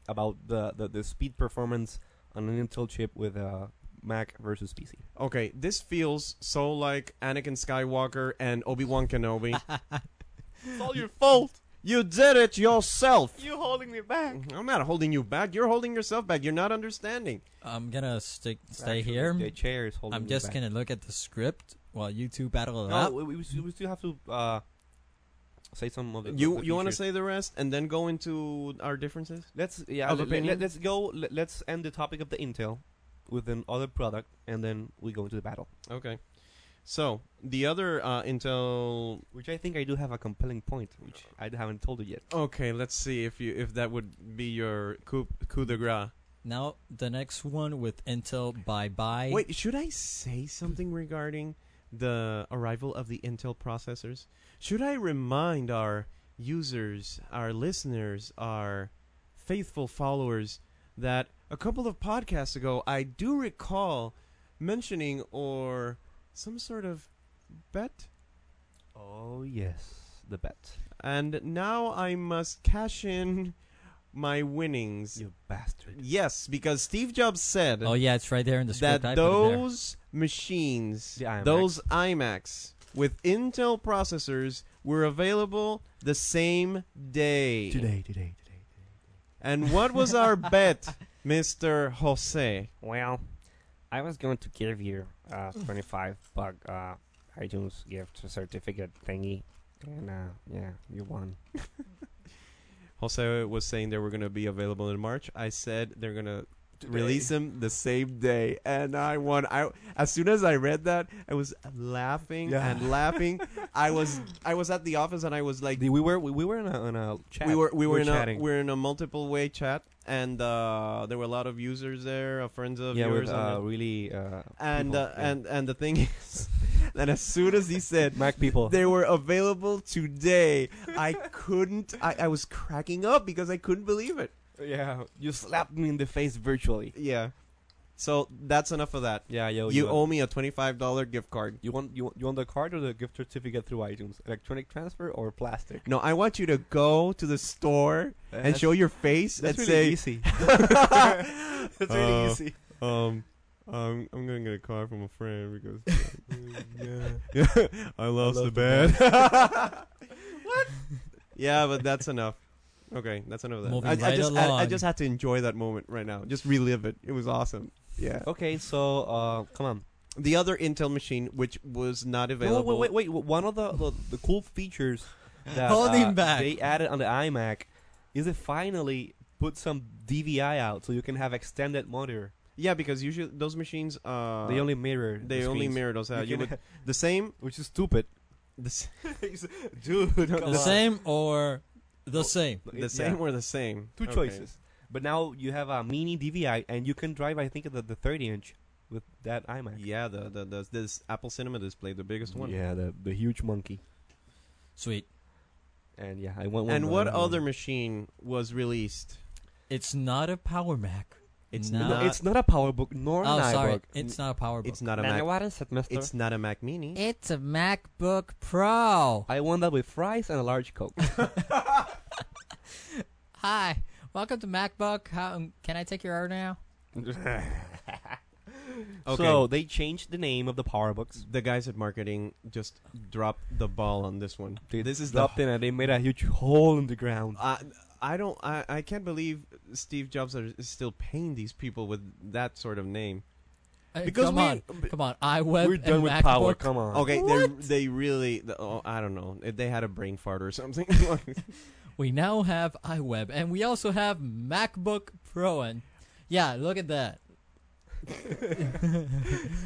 about the, the, the speed performance on an Intel chip with a Mac versus PC. okay this feels so like Anakin Skywalker and Obi-Wan Kenobi Ah. It's all your fault. you did it yourself *laughs* You holding me back. I'm not holding you back you're holding yourself back you're not understanding *laughs* I'm gonna stick stay here. The chair is holding I'm me just back. gonna look at the script while you two battle it No, out. we, we, we still have to uh, say some of the. you the you want to features. say the rest and then go into our differences Let's yeah. Of Let, opinion? us go. Let, us end the topic of the Intel with an other product, and then we go into the battle. Okay. So the other uh, Intel. Which I think I do have a compelling point, which I haven't told you yet. Okay, let's see if you if that would be your coup, coup de grace. Now the next one with Intel bye bye. Wait, should I say something regarding the arrival of the Intel processors? Should I remind our users, our listeners, our faithful followers that a couple of podcasts ago I do recall mentioning or some sort of bet Oh yes, the bet. And now I must cash in my winnings. You bastard. Yes, because Steve Jobs said Oh yeah, it's right there in the script. that I put it there. those machines, The iMacs. those iMacs with Intel processors were available the same day. Today, today, today. *laughs* And what was our bet, Mr. Jose? Well, I was going to give you a *sighs* 25 buck uh, iTunes gift certificate thingy. And uh, yeah, you won. Jose was saying they were going to be available in March. I said they're going to release them the same day, and I won. I as soon as I read that, I was laughing *laughs* Yeah. *laughs* and laughing. I was I was at the office and I was like, The- we were we, we were in a, in a chat. we were we were, in chatting. a we were in a multiple way chat, and uh, there were a lot of users there, uh, friends of yeah, yours, with and- uh, really uh, and people, uh, yeah. and and the thing *laughs* is, that as soon as he said Mac people. they were available today, I couldn't. I, I was cracking up because I couldn't believe it. yeah, you slapped me in the face virtually. Yeah. So that's enough of that. Yeah, yo, you Oh, you owe me a twenty-five dollar gift card. You want you want, you want the card or the gift certificate through iTunes? Electronic transfer or plastic? No, I want you to go to the store and Uh, That's- show your face That's and really say, easy. *laughs* *laughs* Oh. that's really Uh, easy. um, um, I'm gonna get a card from a friend *laughs* because yeah, I lost the bet. *laughs* what? Yeah, but that's enough. Okay, that's enough of that. Moving I, I right just I- I along. just had to enjoy that moment right now. Just relive it. It was awesome. Yeah. Okay, so uh, come on. The other Intel machine, which was not No, available. wait, wait, wait, wait. One of the the, the cool features that Hold uh, him back. they added on the iMac is it finally put some DVI out, so you can have extended monitor. Yeah, because usually those machines, uh, they only mirror. the they only screens. mirror those out. You You can- would the same. *laughs* which is stupid. The, *laughs* s- *laughs* Dude, The same or the same? the same or the same. Two Okay. choices. But now you have a mini DVI, and you can drive. I think the, the 30 inch with that iMac. Yeah, the, the the this Apple Cinema display, the biggest one. Yeah, the the huge monkey. Sweet. And yeah, I want one. And more, what I want other one. machine was released? It's not a Power Mac. It's No. not. No, it's not a PowerBook nor Oh, an sorry. iBook. It's not a Power Book. It's not a Then Mac. what is it, mister? It's not a Mac Mini. It's a MacBook Pro. I want that with fries and a *laughs* large *laughs* Coke. Hi, welcome to MacBook. How um, can I take your order now? Okay. So they changed the name of the PowerBooks. the guys at marketing just dropped the ball on this one. They this is the. dropped in and they made a huge hole in the ground. I I don't I, I can't believe Steve Jobs are, is still paying these people with that sort of name. Uh, Because come we- on, come on. iWeb We're done and with MacBook. power. Come on. Okay, they they really the- oh, I don't know. They had a brain fart or something. *laughs* We now have iWeb, and we also have MacBook Pro. And yeah, look at that.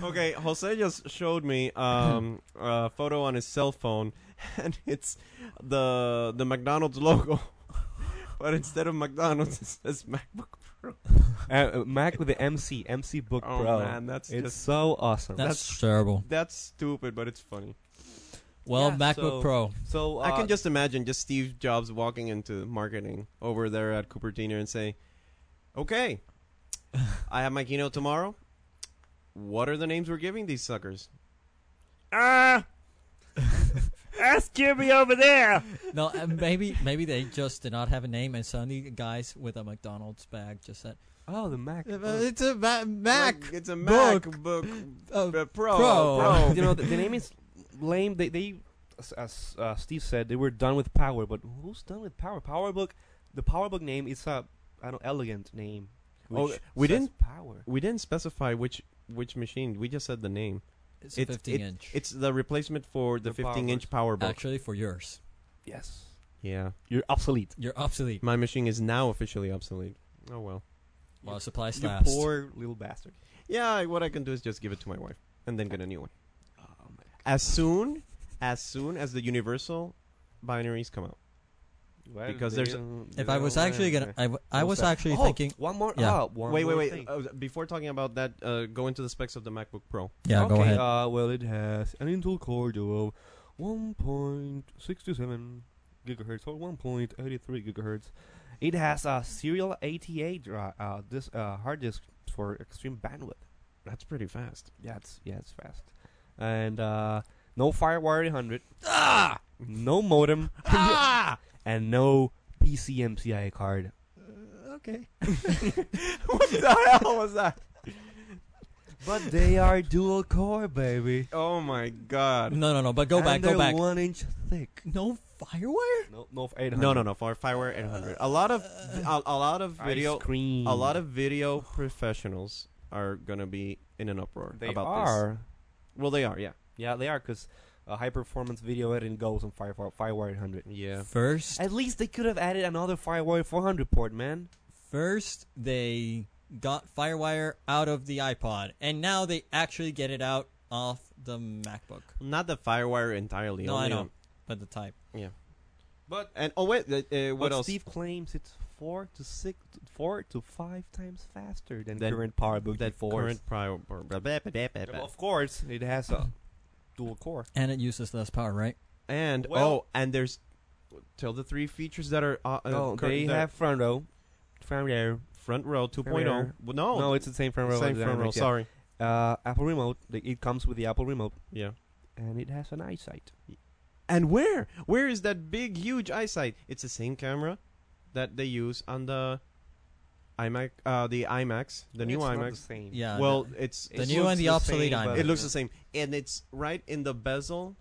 okay, Jose just showed me *laughs* um, a photo on his cell phone, *laughs* and it's the the McDonald's logo, *laughs* but instead of McDonald's, it says MacBook Pro. Uh, uh, Mac with the MC MC Book Oh Pro. man, that's it's just so awesome. That's, terrible. that's stupid, but it's funny. Well, Yeah, MacBook so- Pro. so uh, I can just imagine just Steve Jobs walking into marketing over there at Cupertino and saying, *laughs* "Okay, I have my keynote tomorrow. What are the names we're giving these suckers?" Ah! Ask me over there! No, uh, maybe maybe they just did not have a name, and suddenly guys with a McDonald's bag just said, oh the Mac. "It's a ma- Mac." Like, it's a Book. *laughs* MacBook Uh, Uh, pro, Pro. pro. Oh. you know the, the name is lame. They they as, as uh, Steve said they were done with power, but who's done with power? PowerBook. The PowerBook name is a I don't elegant name. Oh, which we says didn't- power. We didn't specify which which machine. We just said the name. it's, a it's- 15 inch. It's the replacement for the The 15 inch power book. actually for yours. Yes, Yeah, you're obsolete. You're obsolete. my machine is now officially obsolete. Oh well. Well, supplies You last. poor little bastard. Yeah, what I can do is just give it to my wife and then get a new one Oh my as soon as soon as the universal binaries come out. Well, Because they there's a- don't- they If I don't was actually want gonna, it. I, w- I What's was that? actually Oh, thinking. one more. yeah. ah, one wait, more wait, thing. wait. Uh, before talking about that, uh, go into the specs of the MacBook Pro. Yeah, okay, go ahead. Uh, well, it has an Intel Core Duo 1.627 gigahertz or 1.83 gigahertz. It has a serial ATA dri- uh, this uh, hard disk for extreme bandwidth. That's pretty fast. Yeah, it's yeah, it's fast. And uh, no FireWire 800. Ah! No *laughs* modem. Ah! and no PCMCI card. Uh, *laughs* Okay. what the hell was that? But they are dual core, baby. Oh my god. no, no, no. But go And back. Go they're back. One inch thick. No firewire. No, no, 800. No, no, no. Fire, fireware 800. A lot of a, a lot of video Ice cream. a lot of video professionals are gonna be in an uproar They about this. are. Well, they are. Yeah. Yeah, they are because uh, high performance video editing goes on Firewire Firewire 800. Yeah. First, At least they could have added another Firewire 400 port, man. first they got FireWire out of the iPod, and now they actually get it out off the MacBook. Not the FireWire entirely. No, I only know, on- but the type. But And oh wait, the- uh, what but else? Steve claims it's four to six, four to five times faster than Than- current PowerBook that G4s. current prior. blah, blah, blah, blah, blah, Yeah, but blah. of course, it has a dual core. And it uses less power, right? And Well- oh, and there's tell the three features that are uh, uh, no, cur- Oh, they that- have front row, front row. front row 2.0. Front Well, no, no, it's the same front row. same as the front row. iMac, yeah. Sorry. Uh, Apple Remote. the- It comes with the Apple Remote, Yeah. and it has an eyesight. And where? Where is that big, huge eyesight? It's the same camera that they use on the iMac, uh, the iMacs, the new It's not the iMacs. same. Yeah. well, it's the it new looks and the the obsolete same, iMac. but- it looks the same, and it's right in the bezel.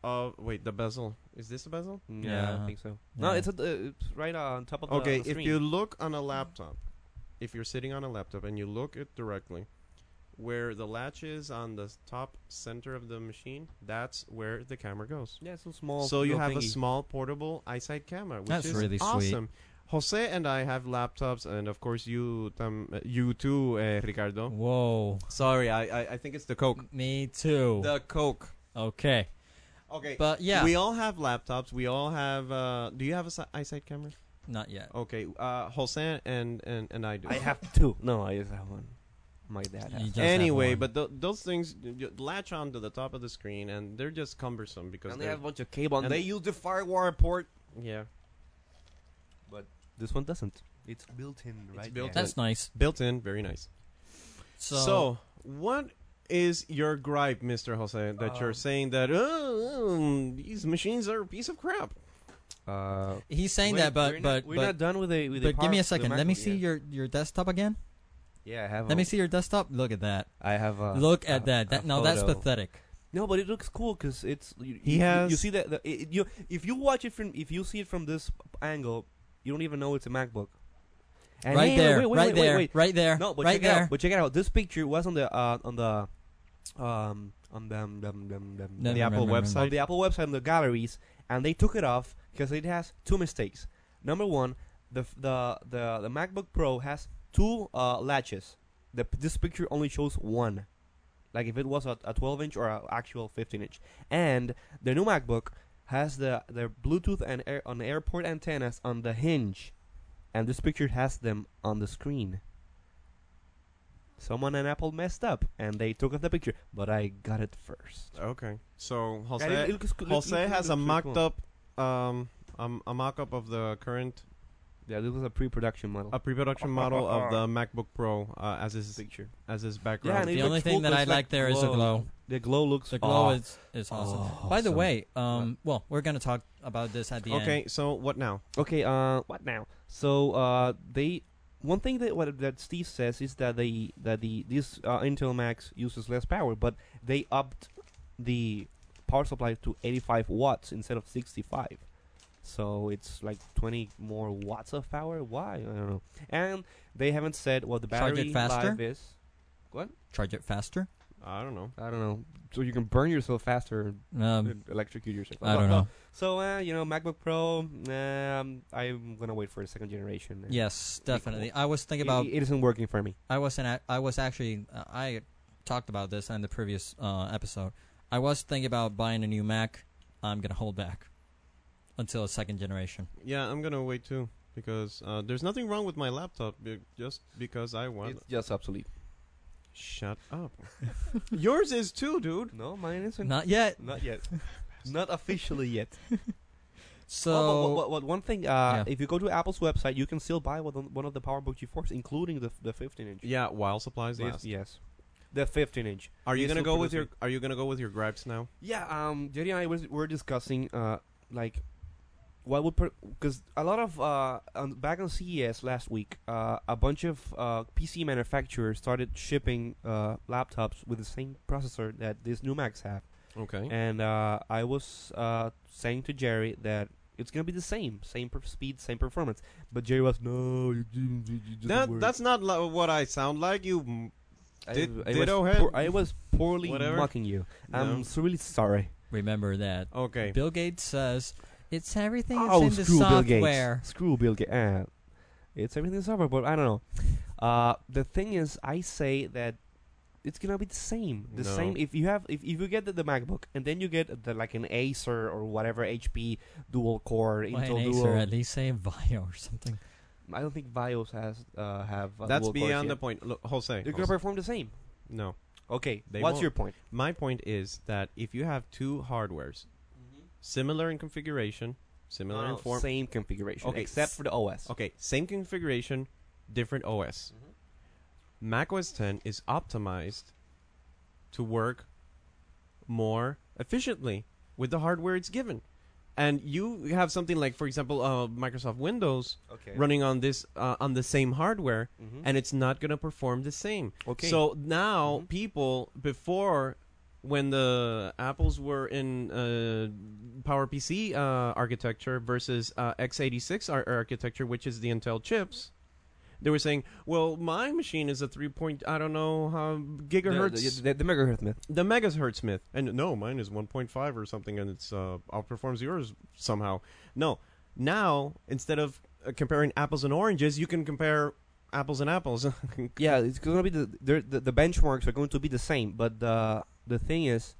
Of wait, the bezel is this the bezel? Yeah, Yeah. I think so. No, Yeah. it's, at the, it's right on top of the- Okay, the, if screen. you look on a laptop, if you're sitting on a laptop and you look it directly, where the latch is on the top center of the machine, that's where the camera goes. yeah, it's a small. so you little have a thingy. small portable eyesight camera, which That's is really sweet. awesome. Jose and I have laptops, and of course you, tam, uh, you too, uh, Ricardo. Whoa. Sorry, I, I, I think it's the Coke. Me too. The Coke. okay. Okay. But yeah, We all have laptops. We all have. Uh, do you have a si- eyesight camera? not yet. Okay. Uh, Jose and, and and I do. I have two. No, I just have one. My dad You has. just have anyway, one. but th- those things y- y- latch onto the top of the screen, and they're just cumbersome because And they they're- have a bunch of cable, and, and- they use the firewire port. yeah This one doesn't. It's built in, It's right? built there. that's nice. built in, very nice. So, So, what is your gripe, Mr. Jose, that you're Um, saying that "Oh, um, these machines are a piece of crap? Uh, he's saying we're- that, but we're but not, we're but, not done with the. With the but give me a power- second. the Let me MacBook see yet. your your desktop again. Yeah, I have. Let a- me see your desktop. Look at that. I have. A, Look Uh, a- at that. a That now that's photo. pathetic. No, but it looks cool because it's. You, He you, has- You see that? The, it, you if you watch it from if you see it from this angle, you don't even know it's a MacBook. And right hey, there. wait, wait, right wait, wait, there. wait. Right there. No, but right check It there. out. But check it out. This picture was on the uh, on the um on the, um, um, um, um, No, the no, Apple no, no, no, website? no. on the Apple website and the galleries, and they took it off because it has two mistakes. Number one, the f- the the, the MacBook Pro has two uh, latches. The, p- this picture only shows one, like if it was a, a 12 inch or an actual 15 inch. And the new MacBook has the their Bluetooth and air, on airport antennas on the hinge, and this picture has them on the screen. Someone in Apple messed up, and they took off the picture, but I got it first. Okay, so Jose, Yeah, it- it looks- look- Jose look- has a looks really mocked cool. up, um, um, a mock up of the current, Yeah, this was a pre-production model. a *laughs* pre-production model of the MacBook Pro uh, as his picture. as his Yeah, background. and it the looks only cool thing that 'cause I it's like there is the glow. glow. The glow looks. The glow aw- is is awesome. By the Oh. awesome. way, um, well, we're gonna talk about this at the end. okay, so what now? Okay. Uh, what now? So, uh, they one thing that what that Steve says is that they that the this uh, Intel Max uses less power, but they upped the power supply to 85 watts instead of 65. So it's like 20 more watts of power. Why? I don't know. And they haven't said what the Charge it battery faster? life is. Charge it faster. I don't know. I don't know. So you can burn yourself faster, Um, and electrocute yourself. I Blah, don't blah, *laughs* know. So uh, you know, MacBook Pro. Um, I'm gonna wait for a second generation. Yes, definitely. I was thinking about. It- it isn't working for me. I was an. I was actually. Uh, I talked about this in the previous uh, episode. I was thinking about buying a new Mac. I'm gonna hold back until a second generation. Yeah, I'm gonna wait too because uh, there's nothing wrong with my laptop be- just because I want. It's just obsolete. Shut up. Yours is too, dude. No, mine isn't. Not yet. Not yet. *laughs* Not officially yet. So Oh, but- but- but one thing, Yeah. uh, if you go to Apple's website, you can still buy one of- one of the PowerBook G4s, including the the 15 inch. Yeah, while supplies This- last. yes, the 15 inch. Are you He's gonna still go with your producing. Are you gonna go with your gripes now? Yeah, um, Jerry and I was, were discussing, uh, like, what would because a lot of uh, on, back on CES last week, uh, a bunch of uh, PC manufacturers started shipping uh, laptops with the same processor that these new Macs have, Okay. and uh, I was uh, saying to Jerry that. It's gonna be the same, same per- speed, same performance. But Jerry was no, you, you, you, you doesn't That, work." that's not li- what I sound like, you m- Did- I, ditto was head? poor- I was poorly Whatever. mocking you. No. I'm so really sorry. Remember that. Okay. Bill Gates says it's everything is oh, in the screw Bill software. Gates. Screw Bill Gates. Eh, it's everything software, but I don't know. Uh, the thing is, I say that it's gonna be the same. The No. same. If you have, if, if you get the, the MacBook and then you get the like an Acer or whatever HP dual core Why an Intel Acer? dual. At least say Vio or something. I don't think BIOS has uh, have. Uh, That's dual cores beyond yet. the point. Look, Jose. They're Jose. gonna perform the same. No. Okay, They what's won't. your point? My point is that if you have two hardwares, similar in configuration, similar No, in no, form, Oh, Same configuration, Okay, except s- for the OS. Okay, same configuration, different OS. Mac OS 10 is optimized to work more efficiently with the hardware it's given. And you have something like, for example, uh, Microsoft Windows Okay. running on this uh, on the same hardware, Mhm. and it's not going to perform the same. Okay. So now Mhm. people before when the apples were in uh, PowerPC uh, architecture versus uh, x86 ar- architecture, which is the Intel chips. They were saying, "Well, my machine is a three point I don't know how The- gigahertz The, the, the megahertz myth. the megahertz myth and no mine is 1.5 or something and it's uh, outperforms yours somehow no now instead of uh, comparing apples and oranges you can compare apples and apples *laughs* Yeah, it's going to be the, they're- the the benchmarks are going to be the same, but the the thing is,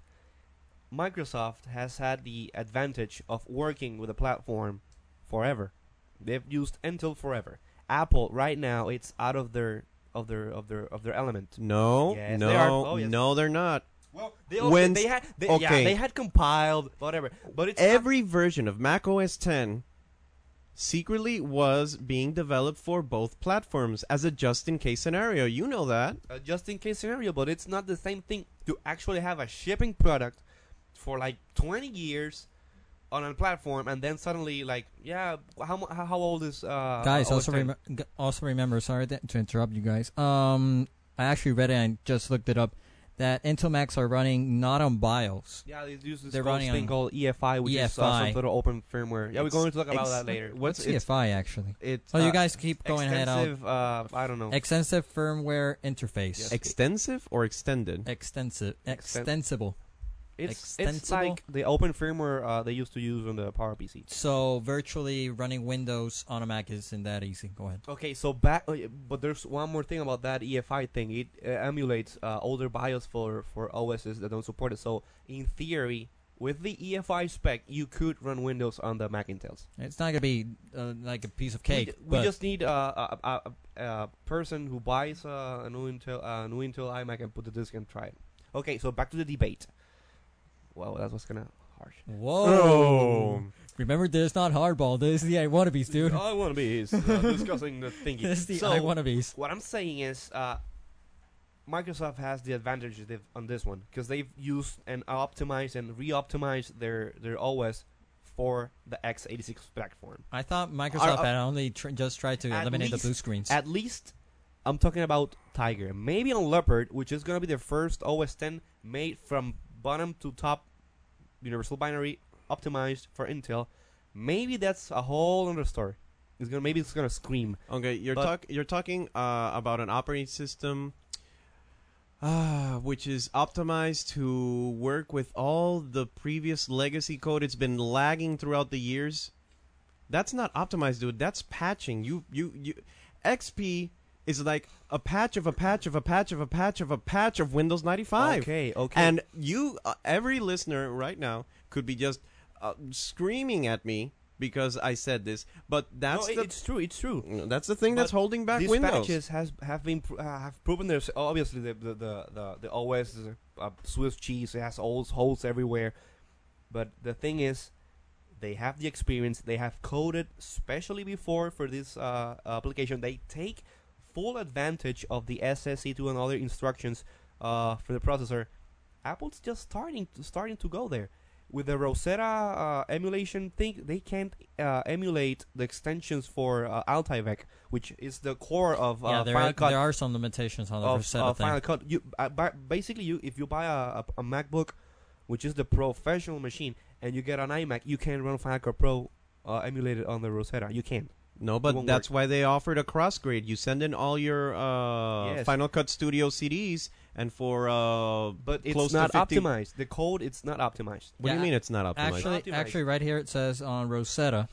Microsoft has had the advantage of working with a platform forever. They've used Intel forever. Apple right now it's out of their of their of their of their element. no Yes, no they are. Oh, yes. no they're not Well, they also- When- they had they, yeah, okay. they had compiled whatever, but it's not- every version of mac os 10 secretly was being developed for both platforms as a just-in-case scenario you know that a uh, just in case scenario, but it's not the same thing to actually have a shipping product for like 20 years on a platform and then suddenly like yeah how mu- how how old is uh guys, uh, also OS X? rem- g- also remember. Sorry th- to interrupt you guys. Um, I actually read it and just looked it up. That Intel Macs are running not on BIOS. yeah they use this they're whole running thing on E called EFI which is uh, EFI. some sort of open firmware yeah we're It's- going to talk about ex- that later what's it's, CFI actually? it's Oh, you uh, guys keep going ahead. Out. extensive uh I don't know Extensive firmware interface. Yes. extensive or extended Extensive, Exten- extensible. it's it's extensible? like the open firmware uh, they used to use on the power PC So virtually running Windows on a Mac isn't that easy. Go ahead. Okay, so back, but there's one more thing about that EFI thing. It uh, emulates uh, older BIOS for for OSs that don't support it. So in theory, with the EFI spec, you could run Windows on the Macintels. It's not gonna be uh, like a piece of We cake. ju- We, but just need uh, a, a, a, a person who buys uh, a new Intel uh, new Intel iMac and put the disk and try it. Okay, so back to the debate. Well, that was kind of harsh. Oh. whoa. Oh. Remember, this is not hardball. This is the I wannabes, dude. *laughs* All I want to be is uh, discussing the thingy. This is the so, I wannabes. What I'm saying is, uh, Microsoft has the advantage they've- on this one because they've used and optimized and re-optimized their their OS for the x86 platform. I thought Microsoft uh, had only tr- just tried to at eliminate the blue least- screens. At least, I'm talking about Tiger. Maybe on Leopard, which is gonna be the first OS 10 made from bottom to top, universal binary optimized for Intel. Maybe that's a whole other story. It's gonna maybe it's gonna scream. Okay, you're But- talk you're talking uh, about an operating system uh, which is optimized to work with all the previous legacy code. It's been lagging throughout the years. That's not optimized, dude. That's patching. You you you XP is like a patch of a patch of a patch of a patch of a patch of Windows 95. Okay, okay. And you, uh, every listener right now, could be just uh, screaming at me because I said this. But No, that's it- the it's true. It's true. that's the thing that's But holding back These Windows. patches has have been pr- uh, have proven there's obviously the the the the, the OS is a, a Swiss cheese. It has holes holes everywhere, but the thing is, they have the experience. They have coded specially before for this uh, application. They take full advantage of the SSE2 and other instructions uh, for the processor. Apple's just starting to, starting to go there. With the Rosetta uh, emulation thing, they can't uh, emulate the extensions for uh, Altivec, which is the core of uh, yeah, there Final are, Cut there are some limitations on the of Rosetta uh, thing. Final Cut. You uh, ba- basically you if you buy a, a, a MacBook, which is the professional machine, and you get an iMac, you can run Final Cut Pro uh, emulated on the Rosetta. You can. No, but won't that's why they offered a cross grade. You send in all your uh, Yes. Final Cut Studio CDs, and for uh, But it's close to not 50 optimized. The code it's not optimized. What do Yeah, you mean it's not optimized? Actually, Optimized. actually, right here it says on Rosetta,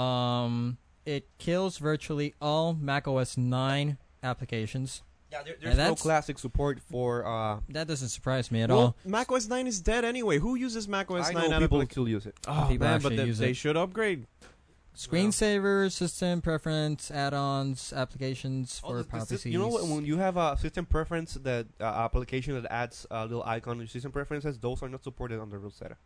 um, it kills virtually all macOS 9 applications. Yeah, there, there's no there's no that's- classic support for. Uh, That doesn't surprise me at all. well, Mac OS 9 is dead anyway. Who uses Mac OS I 9 know out of people like- still use it. Oh, People man, actually but they, use they it. should upgrade. Screensaver, system preference, add-ons, applications Oh, for the- the power sys- PCs. You know what, when you have a system preference that uh, application that adds a little icon to your system preferences, those are not supported under Rosetta.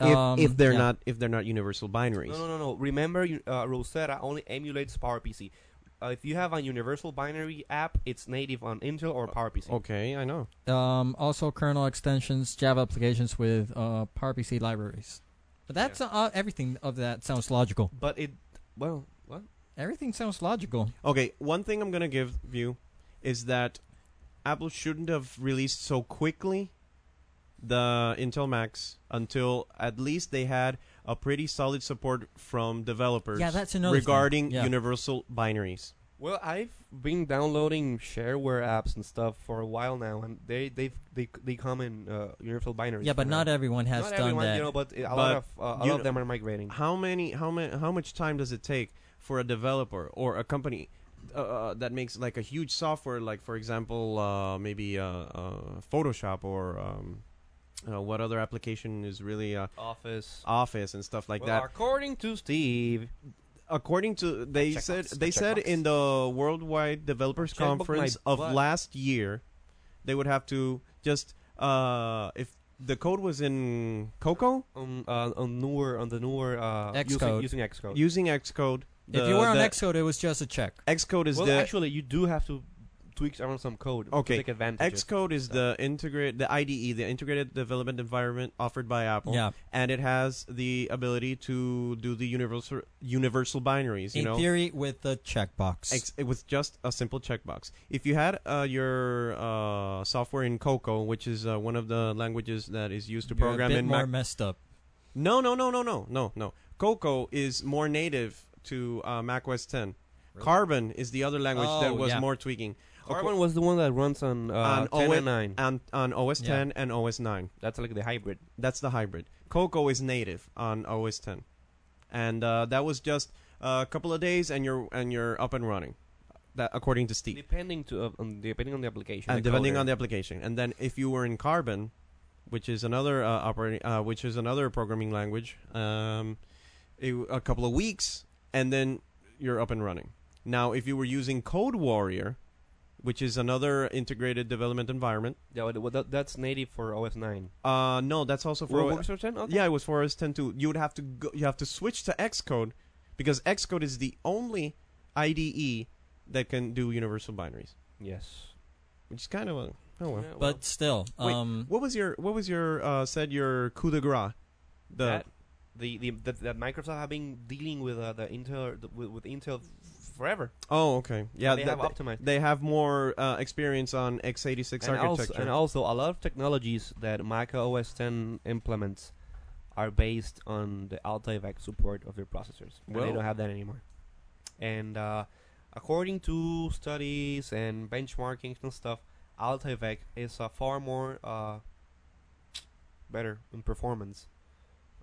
Um, if, if they're yeah. not if they're not universal binaries. No, no, no, no. Remember, you- uh, Rosetta only emulates PowerPC. Uh, if you have a universal binary app, it's native on Intel or PowerPC. Okay, I know. Um, also, kernel extensions, Java applications with uh, PowerPC libraries. But that's uh, everything of that sounds logical. But it, well, what? Everything sounds logical. Okay, one thing I'm gonna give you is that Apple shouldn't have released so quickly the Intel Max until at least they had a pretty solid support from developers Yeah, that's another thing. regarding Yeah. universal binaries. Well, I've been downloading shareware apps and stuff for a while now, and they they they they come in uh, universal binaries. Yeah, but for now. not everyone has Not done everyone, that. you know, but uh, a lot of uh, a you lot know- of them are migrating. How many how many how much time does it take for a developer or a company uh, uh, that makes like a huge software like for example uh, maybe uh, uh, Photoshop or um, uh, what other application is really uh, Office Office and stuff like well, that. According to Steve, according to they Checkbox, said it's got they said checkbox. in the worldwide developers Checkbox my conference of butt. last year they would have to just uh if the code was in cocoa on uh, on newer on the newer uh, Xcode. using, using Xcode. using xcode the, if you were on the- Xcode, it was just a check. xcode is well, the actually, you do have to tweak around some code. Okay, to take advantage. xcode is the integrate the ide the integrated development environment offered by apple Yeah. and it has the ability to do the universal universal binaries you In know theory, with the checkbox. Ex- it was just a simple checkbox. If you had uh, your uh, software in Cocoa, which is uh, one of the languages that is used to You're program a bit in more Mac. messed up. No, no, no, no, no, no, no. Cocoa is more native to uh, Mac OS 10. Really? Carbon is the other language that Oh, was yeah. more tweaking. Carbon was the one that runs on, uh, On 10 OS and 9. on, on OS Yeah. 10 and OS 9. That's like the hybrid. That's the hybrid. Cocoa is native on OS 10, and uh, that was just uh, a couple of days, and you're and you're up and running. That according to Steve. Depending to uh, on, depending on the application. and depending on the application. And then if you were in Carbon, which is another uh, operating, uh, which is another programming language, um, it, w- a couple of weeks, and then you're up and running. Now, if you were using Code Warrior, which is another integrated development environment, yeah, well, well, that, that's native for OS 9. uh, no, that's also for Well, O- works for 10? Okay. yeah, it was for OS 10 too. You would have to go, you have to switch to Xcode because Xcode is the only IDE that can do universal binaries, Yes. which is kind of a oh well. Yeah, well, But still, Wait, um, What was your what was your uh, said your coup de grace? The that, the, the, the, that Microsoft have been dealing with uh, the Intel the, with, with Intel f- forever. oh okay yeah they that- have they, optimized. they have more uh, experience on x86 and, also, architecture. and also, a lot of technologies that Mac OS 10 implements are based on the AltiVac support of their processors. and Well- they don't have that anymore. And uh, according to studies and benchmarking and stuff, AltiVac is a far more uh, better in performance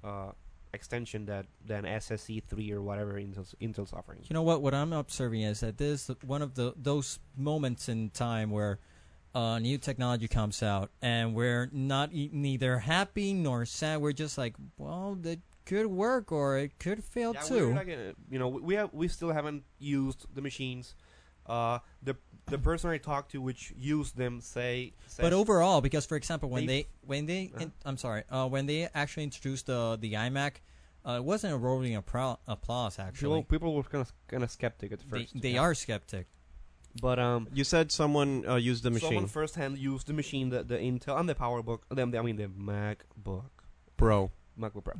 uh, extension that than SSE 3 or whatever Intel's, Intel's offering. you know what? What I'm observing is that this is one of the those moments in time where uh, new technology comes out, and we're not e- neither happy nor sad. We're just like, well, that could work or it could fail Yeah, too. we're like, uh, you know, we- we have we still haven't used the machines. Uh, the the person I talked to, which used them, say, says, but overall, because for example, when They- they when they Uh-huh. I'm sorry, uh, when they actually introduced the the iMac, uh, it wasn't a rolling appro- applause. people, Actually, people were kind of kind of skeptic at they, first. they yeah. are skeptic. but um, you said someone uh, used the machine, someone firsthand used the machine, the, the Intel and the PowerBook. Them, I mean the MacBook, bro. MacBook *laughs* Pro,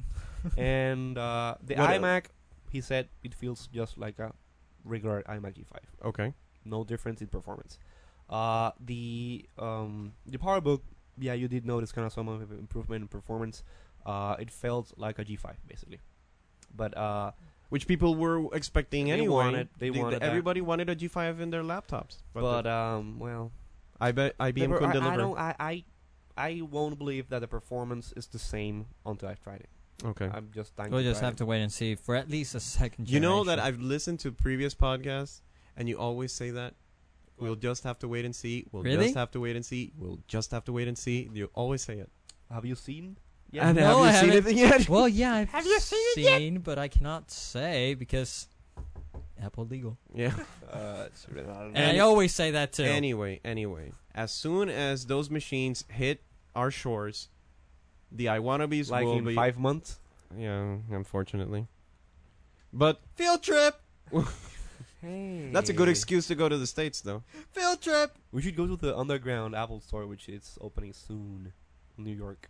and uh, the What, uh, iMac. he said it feels just like a regular iMac E5. Okay, no difference in performance. Uh, the um, the PowerBook, yeah, you did notice kind of some of improvement in performance. Uh, it felt like a G5 basically, but uh, which people were expecting They anyway. wanted- they wanted that. everybody wanted a G5 in their laptops, but, But um, well, the- I bet IBM the per- couldn't I, deliver. I don't. I, I I won't believe that the performance is the same until I tried it. okay. I'm just dying. We'll to just try have it. to wait and see for at least a second. You know that generation. I've listened to previous podcasts, and you always say that. We'll just have to wait and see. We'll Really? just have to wait and see. We'll just have to wait and see. You always say it. Have you seen? And No, have you *laughs* I seen haven't. it yet? Well, yeah, I've Have you seen it yet? seen, but I cannot say because Apple legal. Yeah. Uh, it's really- I don't And I know. always say that too. Anyway, anyway, as soon as those machines hit our shores, the Iwannabes like will in be five months. Yeah, unfortunately. But field trip. That's a good Hey. excuse to go to the states, though. Field trip. We should go to the underground Apple store, which is opening soon, in New York.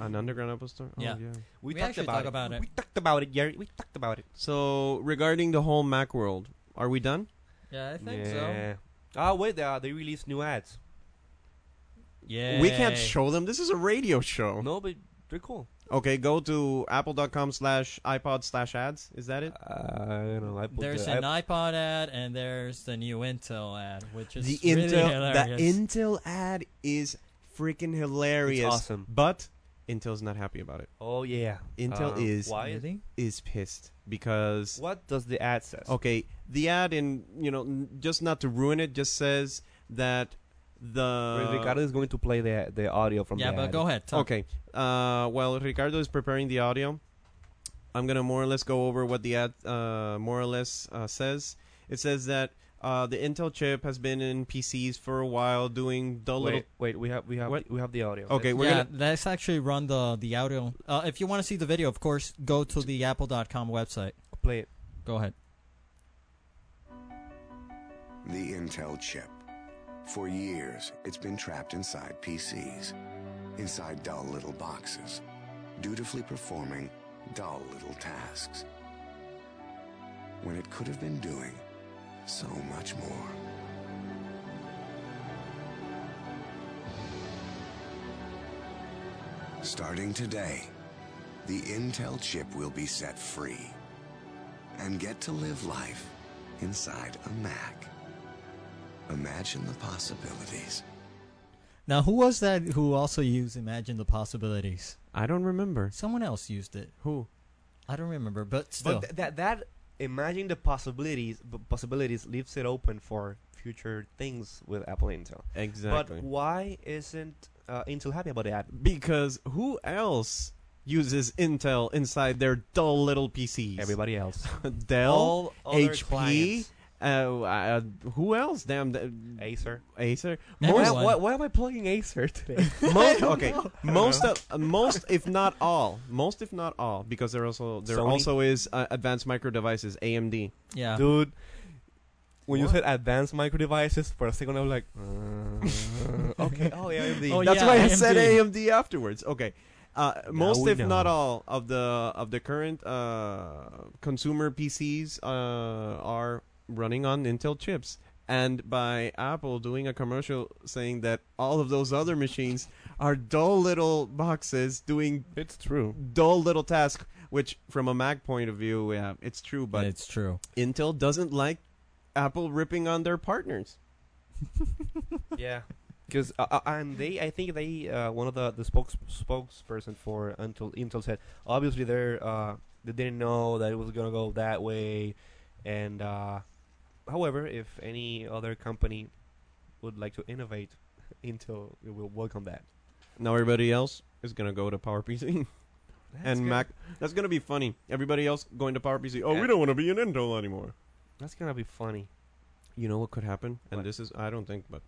An underground Apple store. Oh, Yeah. We talked actually about, talk it. about it. We talked about it, Gary. We talked about it. So regarding the whole Mac world, are we done? Yeah, I think so. yeah. Oh wait, uh, they released new ads. Yeah. We can't show them. This is a radio show. No, but they're cool. Okay, go to apple.com slash iPod slash ads. Is that it? Uh, you know, I put There's the, an I, iPod ad and there's the new Intel ad, which is the really Intel hilarious. the Intel ad is freaking hilarious. It's awesome. But Intel's not happy about it. Oh yeah, Intel Uh, is why is- Really? is pissed because What does the ad says? okay, the ad in you know n- just not to ruin it just says that the Ricardo is going to play the the audio from yeah, the but ad. go ahead. Talk. Okay. Uh, while Ricardo is preparing the audio, I'm gonna more or less go over what the ad uh, more or less uh, says. It says that uh, the Intel chip has been in PCs for a while, doing the little. Wait, wait, we have we have What? we have the audio. Okay, we're yeah, gonna. let's actually run the the audio. Uh, if you want to see the video, of course, go to the Apple.com website. Let's play it. Go ahead. The Intel chip. For years, it's been trapped inside PCs, inside dull little boxes, dutifully performing dull little tasks. When it could have been doing so much more. Starting today, the Intel chip will be set free and get to live life inside a Mac. Imagine the possibilities. Now, who was that who also used Imagine the Possibilities? I don't remember Someone else used it. who. I don't remember, but still. But th- that that imagine the possibilities b- possibilities leaves it open for future things with Apple Intel. Exactly. But why isn't uh, Intel happy about the ad? because who else uses Intel inside their dull little PCs? Everybody else. *laughs* Dell, All other HP, clients. uh, uh, who else? Damn, the, *laughs* Acer. Acer. Everyone. Why, why, why am I plugging Acer *laughs* today? Most okay, most of, uh, most if not all, most if not all, because there also there Sony? also is uh, Advanced Micro Devices *laughs* AMD. yeah. Dude, when you What? said advanced micro devices, for a second I was like, uh, *laughs* okay, *laughs* *laughs* oh yeah, *laughs* AMD. Oh, That's yeah, why I said AMD. AMD afterwards. Okay. Uh, most we if not know. all of the of the current uh, consumer PCs uh, are running on Intel chips, and by Apple doing a commercial saying that all of those other machines are dull little boxes doing It's true. dull little tasks. Which, from a Mac point of view, yeah, it's true, but it's true. Intel doesn't like Apple ripping on their partners. Yeah. *laughs* Because uh, uh, and they, I think they, uh, one of the the spokes, spokesperson for Intel, Intel said obviously they're uh, they didn't know that it was gonna go that way, and uh, however, if any other company would like to innovate, *laughs* Intel will welcome that. Now everybody else is gonna go to PowerPC That's and gonna- Mac. That's gonna be funny. Everybody else going to PowerPC. Oh, Yeah. we don't want to be an Intel anymore. That's gonna be funny. You know what could happen? And What? this is I don't think, but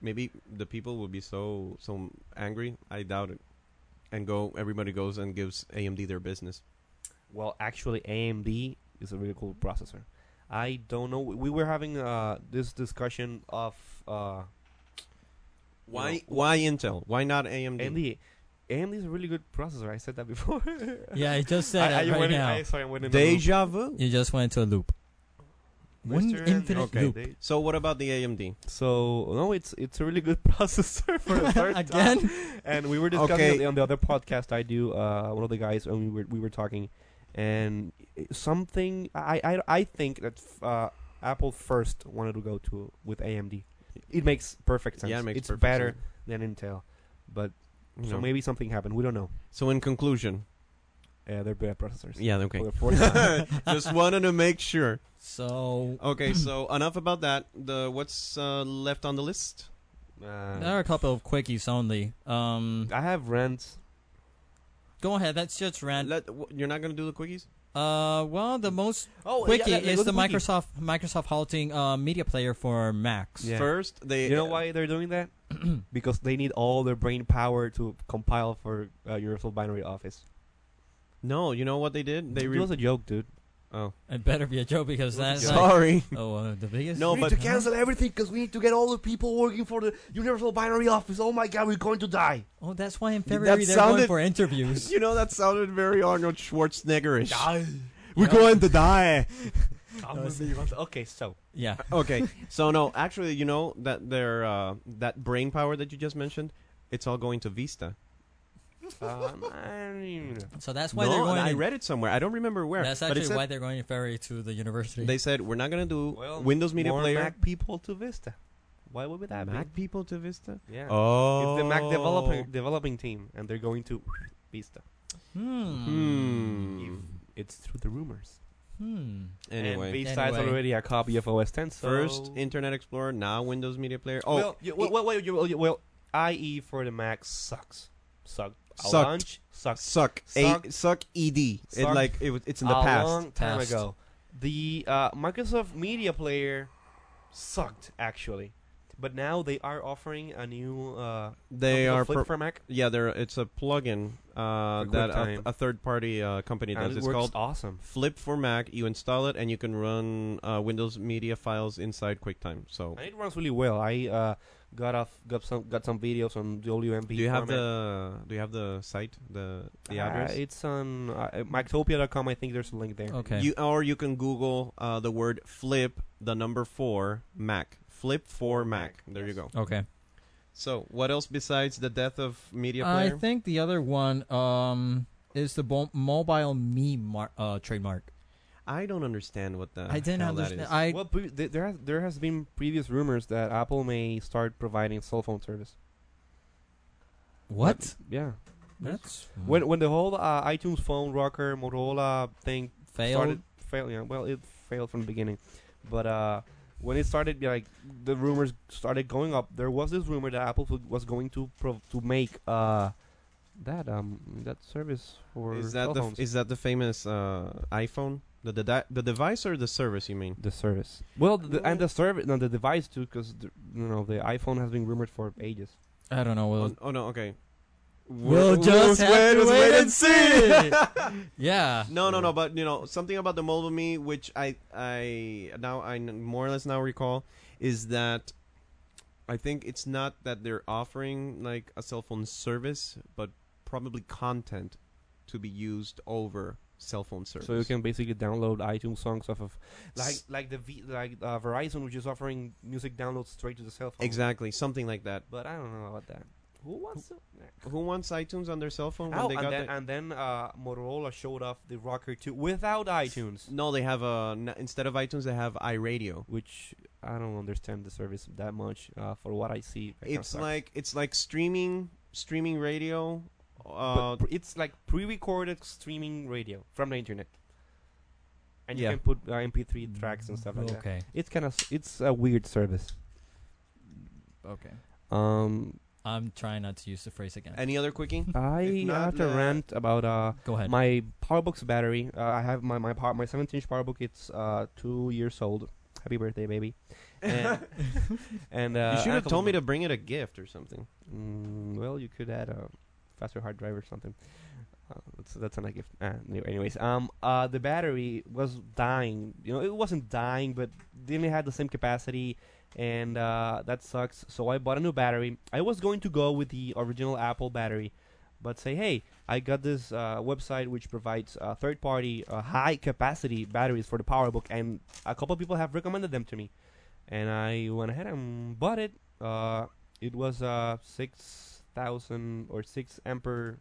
maybe the people will be so so angry. I doubt it. And go, everybody goes and gives AMD their business. Well, actually, AMD is a really cool processor. I don't know. We were having uh, this discussion of uh, Why? Why- why Intel? Why not AMD? Mm. AMD. AMD is a really good processor. I said that before. *laughs* *laughs* Yeah, I just said I, I that right went in- now. I, sorry, I went in the loop. Deja vu. you just went into a loop. One Mr. infinite Andrew, loop. they- So what about the AMD? so no, it's it's a really good *laughs* processor for the third *laughs* time. Again? And we were discussing Okay. it on the other podcast I do. Uh, one of the guys, and we were we were talking, and i- something I I, I think that f- uh, Apple first wanted to go to with AMD. It makes perfect sense. Yeah, it makes it's perfect better sense. than Intel, but You so know. maybe something happened. We don't know. So in conclusion, Uh, they're better processors. yeah, For okay. the fourth time. *laughs* Just wanted to make sure. So *clears throat* Okay, so enough about that. The what's uh, left on the list? Uh, there are a couple of quickies only. Um, I have rants. go ahead. Let's just rant. Let- w- you're not gonna do the quickies? Uh, well, the most Oh, quickie is the Microsoft Microsoft halting uh, media player for Macs. Yeah. First, they You know why they're *clears throat* doing that? because they need all their brain power to compile for uh, Universal Binary Office. No, you know what they did? They it re- *laughs* was a joke, dude. oh It better be a joke because that's like, sorry. *laughs* oh uh, the biggest. No, but everything because we need to get all the people working for the Universal Binary Office. Oh my God, we're going to *laughs* die. oh, that's why in February they're going sounded- for interviews. you know that sounded very Arnold Schwarzeneggerish. We're going to die. okay, so yeah, *laughs* okay, so no, actually, you know that their uh, that brain power that you just mentioned, it's all going to Vista. uh, I don't even know. so that's why no, they're going. I in- read it somewhere. I don't remember where. that's but it actually said- why they're going in February to the university. they said we're not gonna do Well, Windows Media more Player. Mac people to Vista. Why would that be? Mac people to Vista. Yeah. Oh, It's the Mac developer developing team, and they're going to Vista. Hmm. It's through the rumors. Hmm. Anyway, and Vista is Anyway. already a copy of OS 10. So first Internet Explorer, now Windows Media Player. Oh, well, you, well, well, well, you- well, you- well, IE for the Mac sucks. Sucked. A Sucked. launch sucks. suck, Suck. A, suck ed. It Suck. like it was. It's in the a past. long time Past. ago. The uh, Microsoft Media Player sucked actually, but now they are offering a new. Uh, They something are. Flip Pro- for Mac. yeah, they're. It's a plugin uh, For that a, QuickTime. a third party uh, company and does. it It's called works awesome. Flip for Mac. You install it, and you can run uh, Windows Media files inside QuickTime. So, And it runs really well. I uh, got off got some got some videos on WMP. do you have format. the Do you have the site the the Uh, address? it's on uh, Mactopia.com. I think there's a link there. Okay. You or you can Google uh, the word flip, the number four Mac. Flip for Mac. There you go. okay. So, what else besides the death of media I player? think the other one um, is the bo- mobile me mar- uh, trademark. I don't understand what the I didn't hell understand. Ah, That is. I Well, pre- th- there has, there has been previous rumors that Apple may start providing cell phone service. what? Hmm. Yeah. That's When when the whole uh, iTunes phone rocker Motorola thing failed. started failing, yeah, well, it failed from the beginning. But uh, when it started, like the rumors started going up, there was this rumor that Apple would- was going to prov- to make uh, that um that service for is cell that the phones. is that the famous uh, iPhone? The, the di- the device or the service? You mean? the service. Well, the, and the service, no, the device too, because you know the iPhone has been rumored for ages. I don't know. Oh, We'll, oh, no. Okay. we'll just have to wait, and see. yeah. No, no, no. But you know something about the mobile me, which I I now I n- more or less now recall is that I think it's not that they're offering like a cell phone service, but probably content to be used over cell phone service. So you can basically download iTunes songs off of, like like the v, like uh, Verizon, which is offering music downloads straight to the cell phone. exactly something like that. But I don't know about that. Who wants to? Who wants iTunes on their cell phone when Oh, they and got then, the- and then uh, Motorola showed off the Rocker 2 without iTunes, No, they have a n- instead of iTunes, they have iRadio. which I don't understand the service that much. Uh, for what I see, That kinda It's sucks. like it's like streaming streaming radio. Uh, But pr- it's like pre-recorded streaming radio from the internet, and Yeah. you can put uh, MP3 tracks and stuff like that. Okay. It's kind of it's a weird service. Okay. Um, I'm trying not to use the phrase again. any other quickie? I If not, have to uh, rant about uh Go ahead. my PowerBook's battery. Uh, I have my my power, my 17 inch PowerBook. It's uh two years old. Happy birthday, baby! *laughs* And, and uh, you should have Apple- told me to bring it a gift or something. Mm, well, you could add a faster hard drive or something. Uh, that's that's not a gift. Uh, anyway- anyways, um, uh, the battery was dying. You know, it wasn't dying, but didn't have the same capacity, and uh, that sucks. So I bought a new battery. I was going to go with the original Apple battery, but say, hey, I got this uh, website which provides uh, third-party uh, high-capacity batteries for the PowerBook, and a couple people have recommended them to me, and I went ahead and bought it. Uh, it was uh six thousand or six ampere.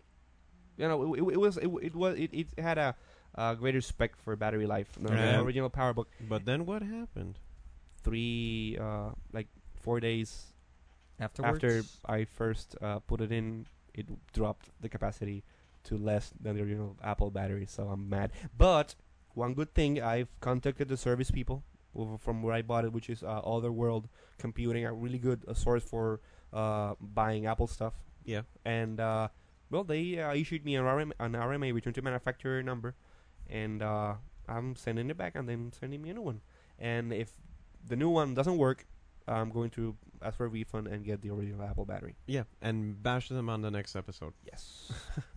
You know, it, it, it was it, it was it, it had a uh, greater spec for battery life than Yeah. the original PowerBook. But then what happened? Three, uh, like four days Afterwards, after I first uh, put it in, it dropped the capacity to less than the original Apple battery, so I'm mad. But one good thing, I've contacted the service people over from where I bought it, which is uh, Otherworld Computing, a really good uh, source for uh, buying Apple stuff. Yeah. And uh, well, they uh, issued me an RMA, an RMA return to manufacturer number, and uh, I'm sending it back, and then sending me a new one. And if the new one doesn't work, I'm going to ask for a refund and get the original Apple battery. Yeah, and bash them on the next episode. Yes.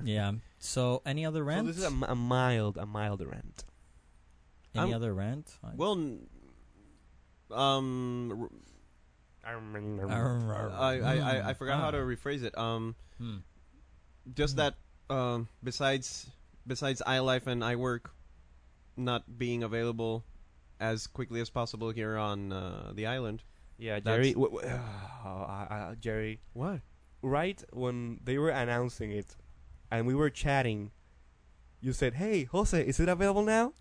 yeah. So any other so rant? this is *laughs* a, m- a mild, a mild rant. any I'm- other rant? I- Well, n- um, r- Arr, arr, I, I, I, I mm, forgot how ah, to rephrase it. Um, hmm. just that. Um, besides, besides iLife and iWork, not being available as quickly as possible here on uh, the island. Yeah, That's- Jerry. W- w- *sighs* uh, uh, Jerry. What? Right when they were announcing it, and we were chatting, you said, "Hey, Jose, is it available now?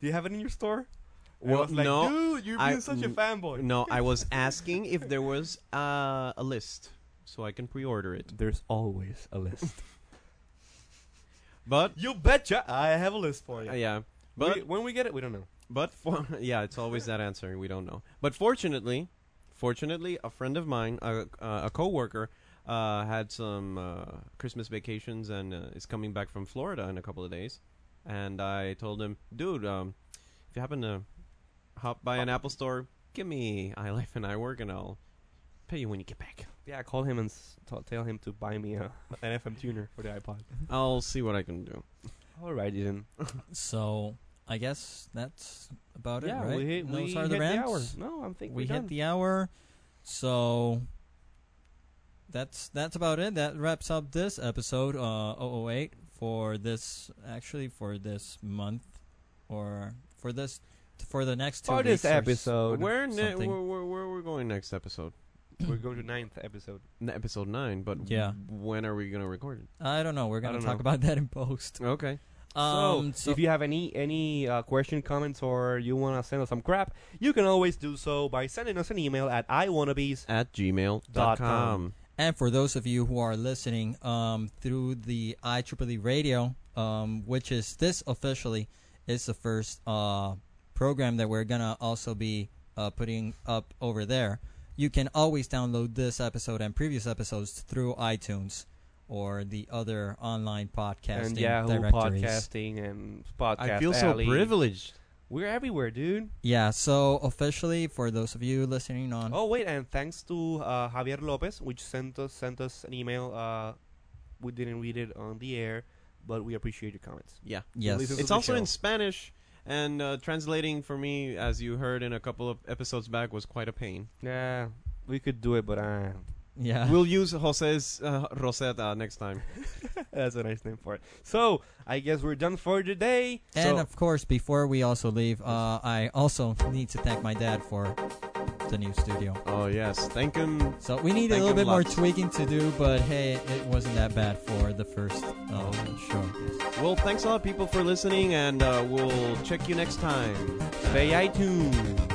Do you have it in your store?" And I Well, was like, no, dude, you're I- being such a n- fanboy. No, I was asking if there was uh, a list so I can pre-order it. There's always a list. But *laughs* you betcha, I have a list for you. uh, yeah, but We- when we get it, we don't know. But for *laughs* yeah, it's always that answer. We don't know. But fortunately, fortunately, a friend of mine, a a coworker, uh, had some uh, Christmas vacations and uh, is coming back from Florida in a couple of days. And I told him, dude, um, if you happen to hop by an Apple store, give me iLife and iWork, and I'll pay you when you *laughs* get back. Yeah, call him and s- t- tell him to buy me a, an FM tuner for the iPod. I'll see what I can do. All right, then. So I guess that's about yeah, it, right? we hit, Those we are hit the rants. hour. No, I'm thinking we hit the hour. So that's that's about it. That wraps up this episode uh 008 for this actually for this month or for this for the next two for weeks this or s- *clears throat* episode. Where, ne- something. where, where where are we going next episode? We're going to ninth episode. N- episode nine. But Yeah. when are we gonna record it? I don't know. We're going don't to talk know. about that in post. Okay. Um so, if you have any any uh, question, comments, or you want to send us some crap, you can always do so by sending us an email at iwannabes. at Dot gmail.com. com. And for those of you who are listening um, through the IEEE radio, um, which is this officially is the first uh, program that we're gonna also be uh, putting up over there. You can always download this episode and previous episodes through iTunes or the other online podcasting And Yahoo directories. podcasting and podcast. I feel so Alley. privileged. We're everywhere, dude. Yeah. So officially, for those of you listening on, Oh wait, and thanks to uh, Javier Lopez, which sent us sent us an email. Uh, we didn't read it on the air, but we appreciate your comments. Yeah. yes, This is It's also in Michelle. Spanish, and uh, translating for me, as you heard in a couple of episodes back, was quite a *laughs* pain. Yeah, we could do it, but uh, *laughs* yeah. We'll use Jose's uh, Rosetta next time. *laughs* that's a nice name for it. So I guess we're done for today. And So- of course, before we also leave, uh, I also need to thank my dad for the new studio. Oh, yes. Thank him. So we need a Thank little him bit more lots. tweaking to do, but hey, it wasn't that bad for the first uh, show. Well, thanks a lot, people, for listening, and uh, we'll check you next time. stay iTunes.